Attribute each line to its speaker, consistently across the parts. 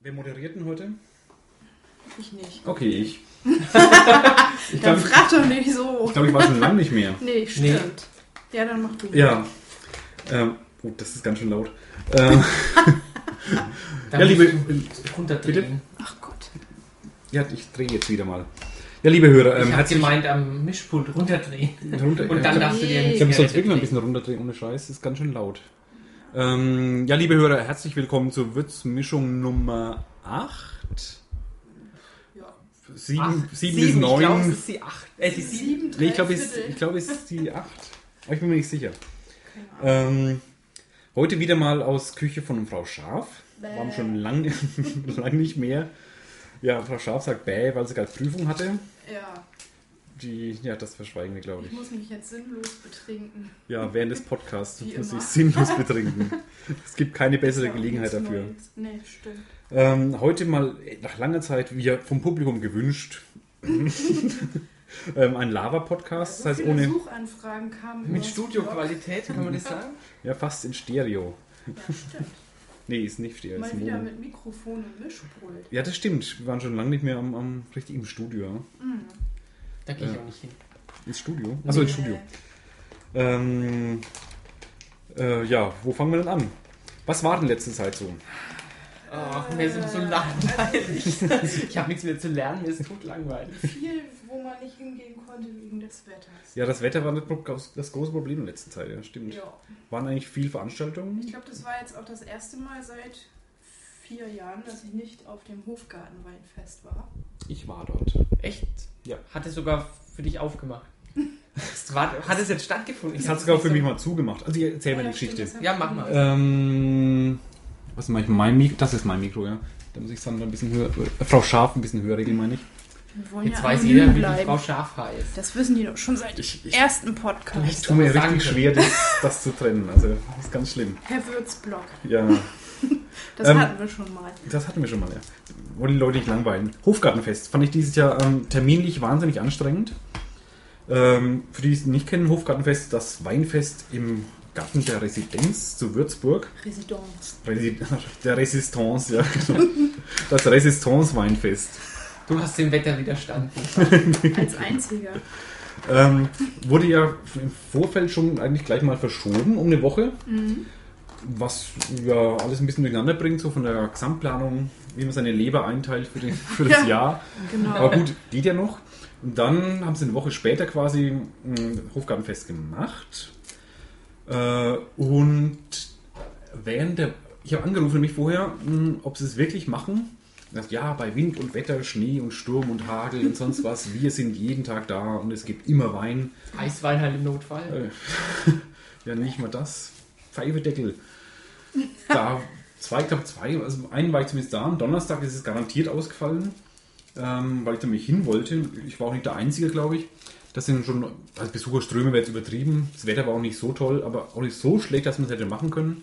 Speaker 1: Wer moderiert denn heute?
Speaker 2: Ich nicht.
Speaker 3: Okay, ich. ich
Speaker 2: Dann
Speaker 3: glaube, ich,
Speaker 2: frag doch nicht so.
Speaker 3: glaub, ich war schon lange nicht mehr.
Speaker 2: Nee, stimmt. Ja, dann mach du.
Speaker 3: Ja. Ähm, oh, das ist ganz schön laut. Ähm,
Speaker 4: Da
Speaker 3: Ja,
Speaker 4: musst
Speaker 3: liebe-
Speaker 4: du runterdrehen.
Speaker 2: Ach Gott.
Speaker 3: ja, ich drehe jetzt wieder mal. Ja, liebe Hörer, ähm,
Speaker 4: ich hab
Speaker 3: herzlich
Speaker 4: gemeint, am Mischpult runterdrehen.
Speaker 3: runter.
Speaker 4: Und dann
Speaker 3: ja,
Speaker 4: darfst du dir
Speaker 3: äh, ich
Speaker 2: Nee.
Speaker 4: eine
Speaker 3: kann mich sonst
Speaker 4: Zigarette
Speaker 3: wirklich ein
Speaker 4: drehen.
Speaker 3: bisschen runterdrehen, ohne Scheiß. Ist ganz schön laut. Ähm, ja, liebe Hörer, herzlich willkommen zur Würzmischung Nummer 8.
Speaker 2: Ja.
Speaker 3: 7,
Speaker 4: Acht.
Speaker 3: 7 bis
Speaker 4: Sieben, ich glaub, es
Speaker 3: 9.
Speaker 4: ist die 8. Äh, die 7.
Speaker 3: Nee,
Speaker 2: Sieben, drei
Speaker 3: ich glaube, es,
Speaker 2: Viertel.
Speaker 3: ich glaub, es ist die 8. Aber ich bin mir nicht sicher. Ähm, heute wieder mal aus Küche von Frau Schaf.
Speaker 2: Bäh.
Speaker 3: Waren schon lang, lang nicht mehr. Ja, Frau Schaf sagt bäh, weil sie gerade Prüfung hatte.
Speaker 2: Ja,
Speaker 3: Die, ja, das verschweigen wir, glaube
Speaker 2: ich
Speaker 3: ich.
Speaker 2: muss mich jetzt sinnlos betrinken.
Speaker 3: Ja, während des Podcasts
Speaker 2: Wie
Speaker 3: muss
Speaker 2: immer.
Speaker 3: ich sinnlos betrinken. Es gibt keine bessere
Speaker 2: Ja,
Speaker 3: Gelegenheit
Speaker 2: nichts
Speaker 3: dafür.
Speaker 2: Neues. Nee, stimmt.
Speaker 3: Ähm, heute mal äh, nach langer Zeit, wie vom Publikum gewünscht, ähm, ein Lava-Podcast.
Speaker 2: So
Speaker 3: Das heißt,
Speaker 2: viele
Speaker 3: halt ohne.
Speaker 2: Suchanfragen kamen.
Speaker 4: Mit
Speaker 2: übers
Speaker 4: Studioqualität, kann man das sagen?
Speaker 3: Ja, fast in Stereo.
Speaker 2: Blog. Ja, stimmt.
Speaker 3: Nee, ist nicht Stereo. Ist
Speaker 2: Mal wieder
Speaker 3: Mono.
Speaker 2: mit Mikrofon und Mischpult.
Speaker 3: Ja, das stimmt. Wir waren schon lange nicht mehr am, am richtig im Studio. ja.
Speaker 2: Hm.
Speaker 4: Da gehe ich
Speaker 3: Ja.
Speaker 4: auch nicht hin.
Speaker 3: Ins Studio? Achso, ins Studio.
Speaker 2: Äh,
Speaker 3: Ähm, äh, ja, wo fangen wir denn an? Was war denn letzte Zeit so?
Speaker 4: Ach, mir ist so langweilig. Ich habe nichts mehr zu lernen, mir ist tot langweilig.
Speaker 2: Viel, wo man nicht hingehen konnte wegen des Wetters.
Speaker 3: Ja, das Wetter war das Pro- das große Problem in letzter Zeit, ja, stimmt.
Speaker 2: Ja.
Speaker 3: Waren eigentlich viele
Speaker 2: Ich
Speaker 3: Veranstaltungen?
Speaker 2: glaube, das war jetzt auch das erste Mal seit vier Jahren, dass ich nicht auf dem Hofgartenweinfest war.
Speaker 3: Ich war dort.
Speaker 4: Echt?
Speaker 3: Ja.
Speaker 4: Hat es sogar für dich aufgemacht. Es war, hat es jetzt stattgefunden?
Speaker 3: Es
Speaker 4: Ich
Speaker 3: hat
Speaker 4: hab's
Speaker 3: sogar
Speaker 4: nicht
Speaker 3: für
Speaker 4: so-
Speaker 3: mich mal zugemacht. Also, ich erzähl mal die
Speaker 2: Ja, stimmt,
Speaker 3: Geschichte.
Speaker 2: das hat-
Speaker 4: Ja, mach mal.
Speaker 3: Ähm, was mache ich? Mein Mikro? Das ist mein Mikro, ja. Da muss ich Sandra ein bisschen höher, äh, Frau Scharf ein bisschen höher regeln, meine ich.
Speaker 2: Wir wollen
Speaker 4: Jetzt
Speaker 2: ja
Speaker 4: weiß
Speaker 2: anonym
Speaker 4: jeder, wie die
Speaker 2: bleiben.
Speaker 4: Frau Schaf heißt.
Speaker 2: Das wissen die doch schon seit
Speaker 3: Ich- ich-
Speaker 2: ersten
Speaker 3: Ich
Speaker 2: Podcast.
Speaker 3: tue mir
Speaker 4: Danke.
Speaker 3: richtig schwer, das, das zu trennen. Also, das ist ganz schlimm.
Speaker 2: Herr Würzblock.
Speaker 3: Ja.
Speaker 2: Das
Speaker 3: Ähm,
Speaker 2: hatten wir schon mal.
Speaker 3: Das hatten wir schon mal, ja. Wollen die Leute nicht langweilen. Hofgartenfest fand ich dieses Jahr ähm, terminlich wahnsinnig anstrengend. Ähm, für die, die es nicht kennen, Hofgartenfest, das Weinfest im Garten der Residenz zu Würzburg.
Speaker 2: Residence.
Speaker 3: Resi der Resistance, ja, genau. Das Resistance-Weinfest.
Speaker 4: Du hast dem Wetter widerstanden.
Speaker 2: Als einziger.
Speaker 3: Ähm, wurde ja im Vorfeld schon eigentlich gleich mal verschoben um eine Woche. Was ja alles ein bisschen durcheinander bringt, so von der Gesamtplanung, wie man seine Leber einteilt für, den, für das
Speaker 2: Ja.
Speaker 3: Jahr.
Speaker 2: Genau.
Speaker 3: Aber gut, geht ja noch. Und dann haben sie eine Woche später quasi ein Hofgartenfest gemacht. Äh, und während der. Ich habe angerufen nämlich vorher, mh, ob sie es wirklich machen. Und gesagt, Ja, bei Wind und Wetter, Schnee und Sturm und Hagel und sonst was. Wir sind jeden Tag da und es gibt immer Wein.
Speaker 4: Eiswein halt im Notfall.
Speaker 3: Äh, ja, nicht mal das. Pfeifedeckel. Da zwei, glaube zwei, also einen war ich zumindest da. Am Donnerstag ist es garantiert ausgefallen, ähm, weil ich da nämlich hin wollte. Ich war auch nicht der Einzige, glaube ich. Das sind schon, als Besucherströme wäre jetzt übertrieben. Das Wetter war auch nicht so toll, aber auch nicht so schlecht, dass man es hätte machen können.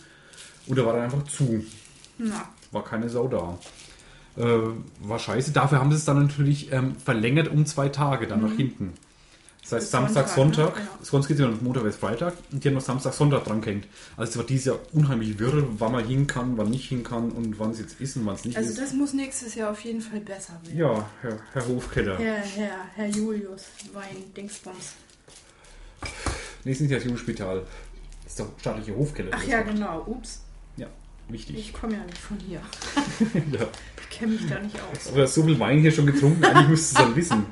Speaker 3: Und da war dann einfach zu.
Speaker 2: Na,
Speaker 3: War keine Sau da. Äh, war scheiße. Dafür haben sie es dann natürlich ähm, verlängert um zwei Tage, dann nach hinten. Das heißt
Speaker 2: Mhm. Bis
Speaker 3: Samstag,
Speaker 2: Sonntag,
Speaker 3: Sonntag.
Speaker 2: ne? Ja.
Speaker 3: Sonst geht es ja noch Montag bis Freitag. Und die haben noch Samstag, Sonntag dran gehängt. Also es war dieses Jahr unheimlich wirr, wann man hin kann, wann nicht hin kann und wann es jetzt ist und wann es nicht
Speaker 2: also
Speaker 3: ist.
Speaker 2: das muss nächstes Jahr auf jeden Fall besser werden.
Speaker 3: Ja, Herr, Herr Hofkeller.
Speaker 2: Herr, Herr, Herr Julius Wein Dingsbums.
Speaker 3: Nächstes Jahr ist Jugendspital. Ist doch staatliche Hofkeller.
Speaker 2: Ach ja, genau. Ups,
Speaker 3: Ja, wichtig.
Speaker 2: ich komme ja nicht von hier.
Speaker 3: ja.
Speaker 2: Ich kenne mich da nicht aus.
Speaker 3: Aber so viel Wein hier schon getrunken, eigentlich müsste es dann wissen.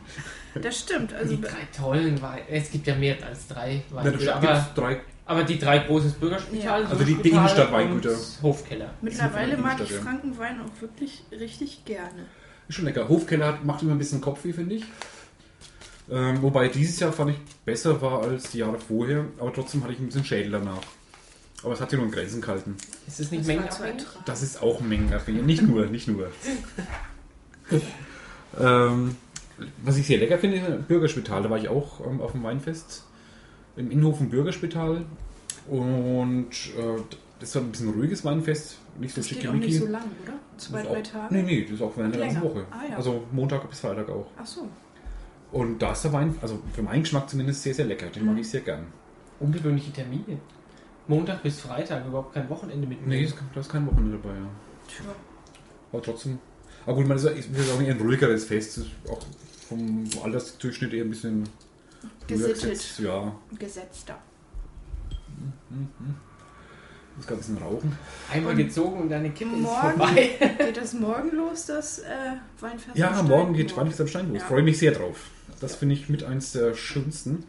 Speaker 2: Das stimmt. Also
Speaker 4: Die drei tollen Weine. Es gibt ja mehr als drei Weingüter.
Speaker 3: Da
Speaker 4: Aber,
Speaker 3: gibt's drei
Speaker 4: aber die drei großen Bürgerspital.
Speaker 2: Ja.
Speaker 3: Also die- die
Speaker 4: Hospital
Speaker 3: Innenstadtweingüter.
Speaker 4: und Hofkeller.
Speaker 2: mittlerweile
Speaker 3: sind von der
Speaker 2: mag ich
Speaker 3: Innenstadt, ja.
Speaker 2: Frankenwein auch wirklich richtig gerne.
Speaker 3: Ist schon lecker. Hofkeller hat, macht immer ein bisschen Kopfweh, finde ich. Ähm, wobei dieses Jahr fand ich besser war als die Jahre vorher, aber trotzdem hatte ich ein bisschen Schädel danach. Aber es hat ja nur in Grenzen gehalten.
Speaker 4: Ist es nicht
Speaker 2: Das war zu
Speaker 4: mengenabhängig?
Speaker 2: ertragen.
Speaker 3: Das ist auch mengenabhängig. Nicht nur, nicht nur. ähm, was ich sehr lecker finde, ist Bürgerspital. Da war ich auch ähm, auf dem Weinfest im Innenhofen Bürgerspital. Und äh, das war ein bisschen ruhiges Weinfest. Nicht so
Speaker 2: Das geht auch nicht
Speaker 3: schickimicki.
Speaker 2: so lang, oder? Zwei,
Speaker 3: Das ist
Speaker 2: drei
Speaker 3: auch-
Speaker 2: Tage?
Speaker 3: Nee, nee, das ist auch während der ganzen
Speaker 2: Länger.
Speaker 3: Woche.
Speaker 2: Ah, ja.
Speaker 3: Also Montag bis Freitag auch.
Speaker 2: Ach so.
Speaker 3: Und da ist der Wein, also für meinen Geschmack zumindest, sehr, sehr lecker. Den
Speaker 2: Mhm.
Speaker 3: mag ich sehr gern.
Speaker 4: Ungewöhnliche Termine. Montag bis Freitag, überhaupt kein Wochenende mit
Speaker 3: Nee, das, das ist kein Wochenende dabei, ja.
Speaker 2: Tja.
Speaker 3: Mhm. Aber trotzdem. Aber gut, man ist, ich würde sagen, eher ein ruhigeres Fest. Ist auch vom Altersdurchschnitt eher ein bisschen früher
Speaker 2: Gesittet.
Speaker 3: gesetzt. Ja. Mhm.
Speaker 2: Gesetzter.
Speaker 3: Das gab ein bisschen Rauchen.
Speaker 4: Einmal
Speaker 2: Und
Speaker 4: gezogen und deine Kippe ist
Speaker 2: morgen-
Speaker 4: vorbei.
Speaker 2: Geht das morgen los, das äh, Weinfest?
Speaker 3: Ja,
Speaker 2: am
Speaker 3: morgen geht
Speaker 2: Steinbock?
Speaker 3: Schwanz am Stein los.
Speaker 2: Ja.
Speaker 3: Freue mich sehr drauf. Das finde ich mit eins der schönsten.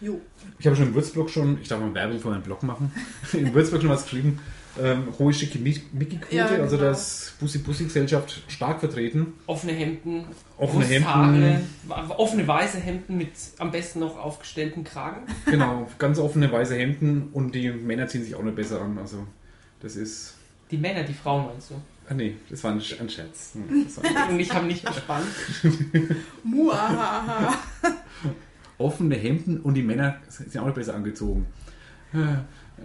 Speaker 2: Jo.
Speaker 3: Ich habe schon im Würzburg schon, ich darf mal Werbung für meinen Blog machen, in Würzburg schon was geschrieben, ähm, hohe schicke Mi- Mickey-Quote,
Speaker 2: Ja,
Speaker 3: also
Speaker 2: genau.
Speaker 3: das Bussi-Bussi-Gesellschaft stark vertreten.
Speaker 4: Offene Hemden,
Speaker 3: Offene
Speaker 4: Brusthaare,
Speaker 3: Hemden,
Speaker 4: wa- offene weiße Hemden mit am besten noch aufgestellten Kragen.
Speaker 3: genau, ganz offene weiße Hemden und die Männer ziehen sich auch nicht besser an. Also das ist,
Speaker 4: Die Männer, die Frauen meinst du?
Speaker 3: ah nee, das war ein, Sch- ein Scherz. Hm, das war-
Speaker 4: Und ich habe nicht gespannt.
Speaker 2: Muahaha.
Speaker 3: offene Hemden und die Männer sind auch nicht besser angezogen. Äh,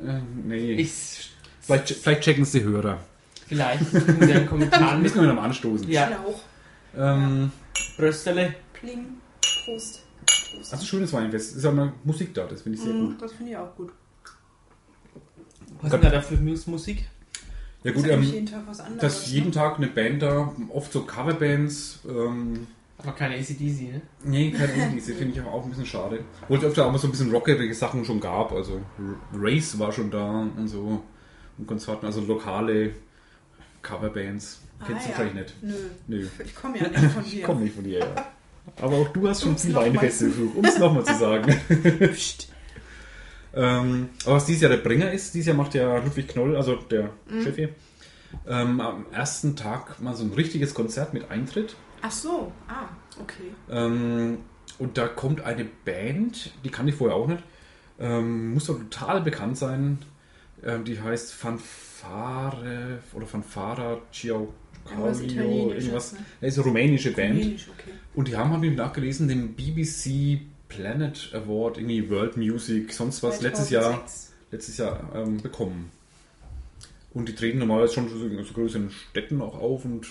Speaker 3: äh, nee,
Speaker 4: Ich,
Speaker 3: vielleicht, vielleicht checken es die Hörer.
Speaker 4: vielleicht in den Kommentaren mit
Speaker 3: Müssen wir nochmal anstoßen.
Speaker 4: Ja.
Speaker 2: Schlauch.
Speaker 3: Ähm,
Speaker 4: Bröstele.
Speaker 2: Pling. Prost. Prost.
Speaker 3: also schönes Weinfest. Ist auch mal Musik da, das finde ich sehr
Speaker 2: Mm,
Speaker 3: gut.
Speaker 2: Das finde ich auch gut.
Speaker 4: Was ist denn da dafür Musik?
Speaker 3: Ja gut,
Speaker 2: ist eigentlich
Speaker 3: ähm,
Speaker 2: jeden Tag was anderes. ne?
Speaker 3: dass jeden Tag eine Band da, oft so Coverbands. Ähm,
Speaker 4: Aber keine ACDC, ne?
Speaker 3: nee, keine Ahnung, diese finde ich aber auch ein bisschen schade. Obwohl es öfter auch mal so ein bisschen rockerige Sachen schon gab. Also R- Race war schon da und so. Und Konzerten, also lokale Coverbands.
Speaker 2: ne?
Speaker 3: Kennst du
Speaker 2: Ah, ja.
Speaker 3: wahrscheinlich nicht.
Speaker 2: Nö.
Speaker 3: Nö.
Speaker 2: Ich komme ja nicht von
Speaker 3: Ich
Speaker 2: dir.
Speaker 3: komme nicht von dir, ja. Aber auch du hast schon
Speaker 2: Um's
Speaker 3: viel
Speaker 2: nochmal
Speaker 3: Weinfeste besucht, um es nochmal zu sagen.
Speaker 2: Psst.
Speaker 3: Ähm, aber was dieses Jahr der Bringer ist, dieses Jahr macht ja Ludwig Knoll, also der
Speaker 2: Mhm.
Speaker 3: Chef hier, ähm, am ersten Tag mal so ein richtiges Konzert mit Eintritt.
Speaker 2: Ach so. Ah, okay.
Speaker 3: Ähm, und da kommt eine Band, die kannte ich vorher auch nicht, ähm, muss doch total bekannt sein. Ähm, die heißt Fanfare oder Fanfara Ciao.
Speaker 2: Irgendwas Italienisches,
Speaker 3: irgendwas.
Speaker 2: ne?
Speaker 3: Das ist eine rumänische Band.
Speaker 2: Rumänisch, okay.
Speaker 3: Und die haben, habe ich nachgelesen, den BBC Planet Award, irgendwie World Music, sonst was, letztes Jahr,
Speaker 2: 2006.
Speaker 3: letztes Jahr ähm, bekommen. Und die treten normalerweise schon so in so größeren Städten auch auf und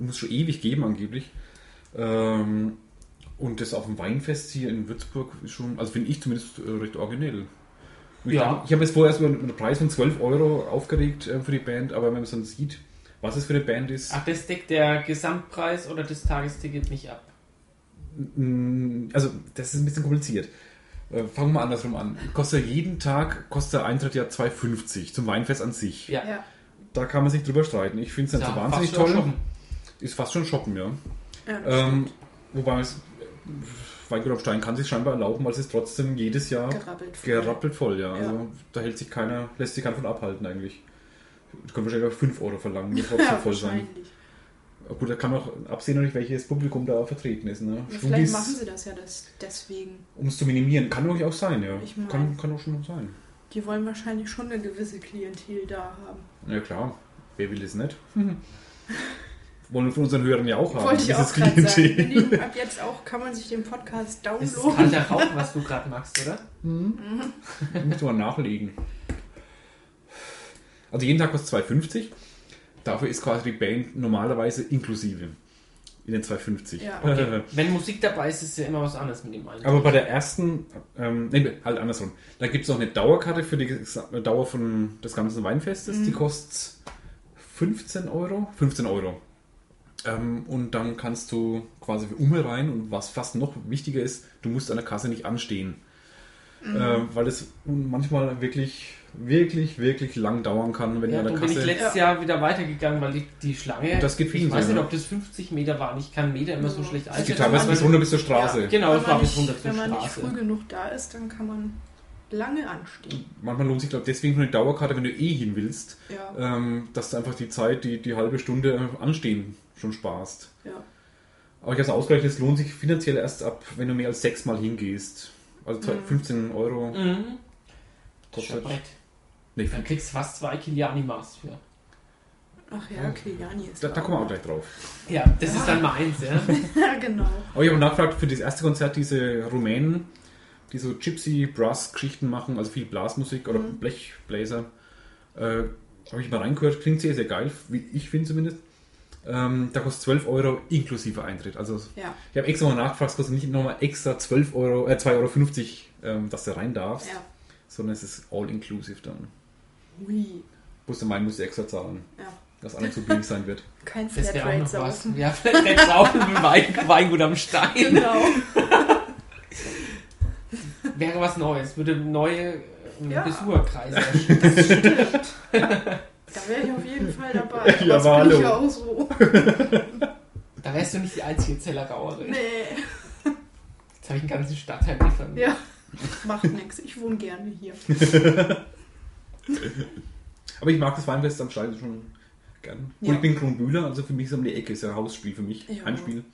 Speaker 3: muss schon ewig geben angeblich. Ähm, und das auf dem Weinfest hier in Würzburg ist schon, also finde ich zumindest äh, recht originell. Und Ich
Speaker 4: Ja.
Speaker 3: habe ich hab jetzt vorher erst über einen einen Preis von 12 Euro aufgeregt äh, für die Band, aber wenn man es dann sieht, was es für eine Band ist.
Speaker 4: Ach, das deckt der Gesamtpreis oder das Tagesticket nicht ab.
Speaker 3: Mm, Also, das ist ein bisschen kompliziert. Äh, Fangen wir mal andersrum an. Kostet jeden Tag, kostet der Eintritt ja 2,50 zum Weinfest an sich.
Speaker 4: Ja.
Speaker 2: Ja.
Speaker 3: Da kann man sich drüber streiten. Ich finde es dann so
Speaker 4: Ja,
Speaker 3: wahnsinnig
Speaker 4: fast schon
Speaker 3: toll.
Speaker 4: shoppen.
Speaker 3: Ist fast schon shoppen, ja.
Speaker 2: ja.
Speaker 3: Ähm, wobei es, äh, Weingut am Stein kann sich scheinbar erlauben, weil es ist trotzdem jedes Jahr
Speaker 2: Gerappelt.
Speaker 3: gerappelt voll, ja.
Speaker 2: Ja.
Speaker 3: Also, da hält sich keiner, lässt sich keiner von abhalten eigentlich. Da können wahrscheinlich auch 5 Euro verlangen, die trotzdem
Speaker 2: Ja,
Speaker 3: voll sein.
Speaker 2: wahrscheinlich.
Speaker 3: Gut, da kann man auch absehen, natürlich, welches Publikum da vertreten ist. Ne?
Speaker 2: Ja,
Speaker 3: Studis-
Speaker 2: vielleicht machen sie das ja das deswegen.
Speaker 3: Um es zu minimieren, kann natürlich auch sein, ja.
Speaker 2: Ich mein-
Speaker 3: kann, kann auch schon sein.
Speaker 2: Die wollen wahrscheinlich schon eine gewisse Klientel da haben.
Speaker 3: Ja klar, wer will das nicht? Wollen wir von unseren Hörern ja auch haben.
Speaker 2: Wollte ich auch
Speaker 3: dieses
Speaker 2: gerade sagen.
Speaker 3: Klientel.
Speaker 2: Wenn die- Ab jetzt auch kann man sich den Podcast
Speaker 4: Es ist
Speaker 2: downloaden.
Speaker 4: kalter Rauch, was du gerade magst, oder?
Speaker 3: Müssen wir nachlegen. Also jeden Tag kostet 2,50. Dafür ist quasi die Band normalerweise inklusive. In den 2,50.
Speaker 2: Ja.
Speaker 4: Okay. Wenn Musik dabei ist, ist ja immer was anderes mit dem einen.
Speaker 3: Aber bei der ersten, ähm, nee, halt andersrum. Da gibt es noch eine Dauerkarte für die gesa- Dauer von des ganzen Weinfestes.
Speaker 4: Mhm.
Speaker 3: Die kostet 15 Euro. 15 Euro. Ähm, und dann kannst du quasi für Umme rein und was fast noch wichtiger ist, du musst an der Kasse nicht anstehen.
Speaker 4: Mhm.
Speaker 3: Ähm, weil es manchmal wirklich, wirklich, wirklich lang dauern kann, wenn
Speaker 4: Ja,
Speaker 3: du an der
Speaker 4: darum bin ich
Speaker 3: Kasse.
Speaker 4: letztes Jahr wieder weitergegangen, weil die, die Schlange.
Speaker 3: Und das geht vielen
Speaker 4: Ich weiß
Speaker 3: so,
Speaker 4: nicht,
Speaker 3: ne?
Speaker 4: ob das 50 Meter waren. Ich kann Meter immer so schlecht
Speaker 3: Es geht
Speaker 4: einschätzen.
Speaker 3: Also teilweise
Speaker 4: aber-
Speaker 3: bis runter bis zur Straße.
Speaker 2: Ja.
Speaker 4: Genau,
Speaker 2: wenn
Speaker 4: ich war
Speaker 2: man,
Speaker 4: bis
Speaker 2: nicht,
Speaker 4: runter zur
Speaker 2: wenn man nicht früh
Speaker 4: Straße.
Speaker 2: genug da ist, dann kann man lange anstehen.
Speaker 3: Manchmal lohnt sich, glaube ich, deswegen schon eine Dauerkarte, wenn du eh hin willst,
Speaker 2: Ja,
Speaker 3: ähm, dass du einfach die Zeit, die, die halbe Stunde anstehen, schon sparst.
Speaker 2: ja.
Speaker 3: Aber ich habe es ausgerechnet, es lohnt sich finanziell erst ab, wenn du mehr als sechs Mal hingehst. Also zwei- 15 Euro
Speaker 4: Mhm. Das ist
Speaker 3: kostet.
Speaker 4: ein Brett.
Speaker 3: Nee,
Speaker 4: Da
Speaker 3: fünf-
Speaker 4: kriegst du fast zwei Kiliani Maß für.
Speaker 2: Ach ja, Kiliani ist
Speaker 3: Oh. da, da kommen wir auch gleich drauf.
Speaker 4: Ja, das ist dann meins, ja.
Speaker 2: Ja, genau.
Speaker 3: Aber ich habe nachgefragt, für das erste Konzert diese Rumänen, die so Gypsy-Brass-Geschichten machen, also viel Blasmusik oder Blechbläser, äh, habe ich mal reingehört, klingt sehr, sehr geil, wie ich finde zumindest. Ähm, da kostet 12 Euro inklusive Eintritt. Also
Speaker 2: Ja,
Speaker 3: ich habe extra mal nachgefragt, es kostet nicht nochmal extra 12 Euro, äh, 2,50 Euro, ähm, dass du rein darfst,
Speaker 2: ja.
Speaker 3: sondern es ist all inclusive dann.
Speaker 2: Ui.
Speaker 3: Musst du meinen, musst du extra zahlen.
Speaker 2: Ja.
Speaker 3: dass alles so billig sein wird.
Speaker 2: Kein
Speaker 4: Das wäre auch
Speaker 2: Flatrate
Speaker 4: noch was.
Speaker 2: saufen.
Speaker 4: Ja, Flatrate saufen mit Wein, Weingut am Stein.
Speaker 2: Genau.
Speaker 4: Wäre was Neues. Würde neue äh,
Speaker 2: Ja.
Speaker 4: Besucherkreise erschließen.
Speaker 2: Da wäre ich auf jeden Fall dabei.
Speaker 3: Ja,
Speaker 2: Sonst
Speaker 3: aber
Speaker 2: bin ich
Speaker 3: hallo.
Speaker 2: ja auch so.
Speaker 4: Da wärst du nicht die einzige Zellerauerin.
Speaker 2: Nee.
Speaker 4: Jetzt habe ich einen ganzen Stadtteil gefunden.
Speaker 2: Ja. Macht nichts. Ich wohne gerne hier.
Speaker 3: Aber ich mag das Weinfest am Stein schon gern.
Speaker 2: Ja.
Speaker 3: Und ich bin Kronbühler, also für mich ist um die Ecke, ist ja ein Hausspiel für mich,
Speaker 2: Ja.
Speaker 3: Heimspiel.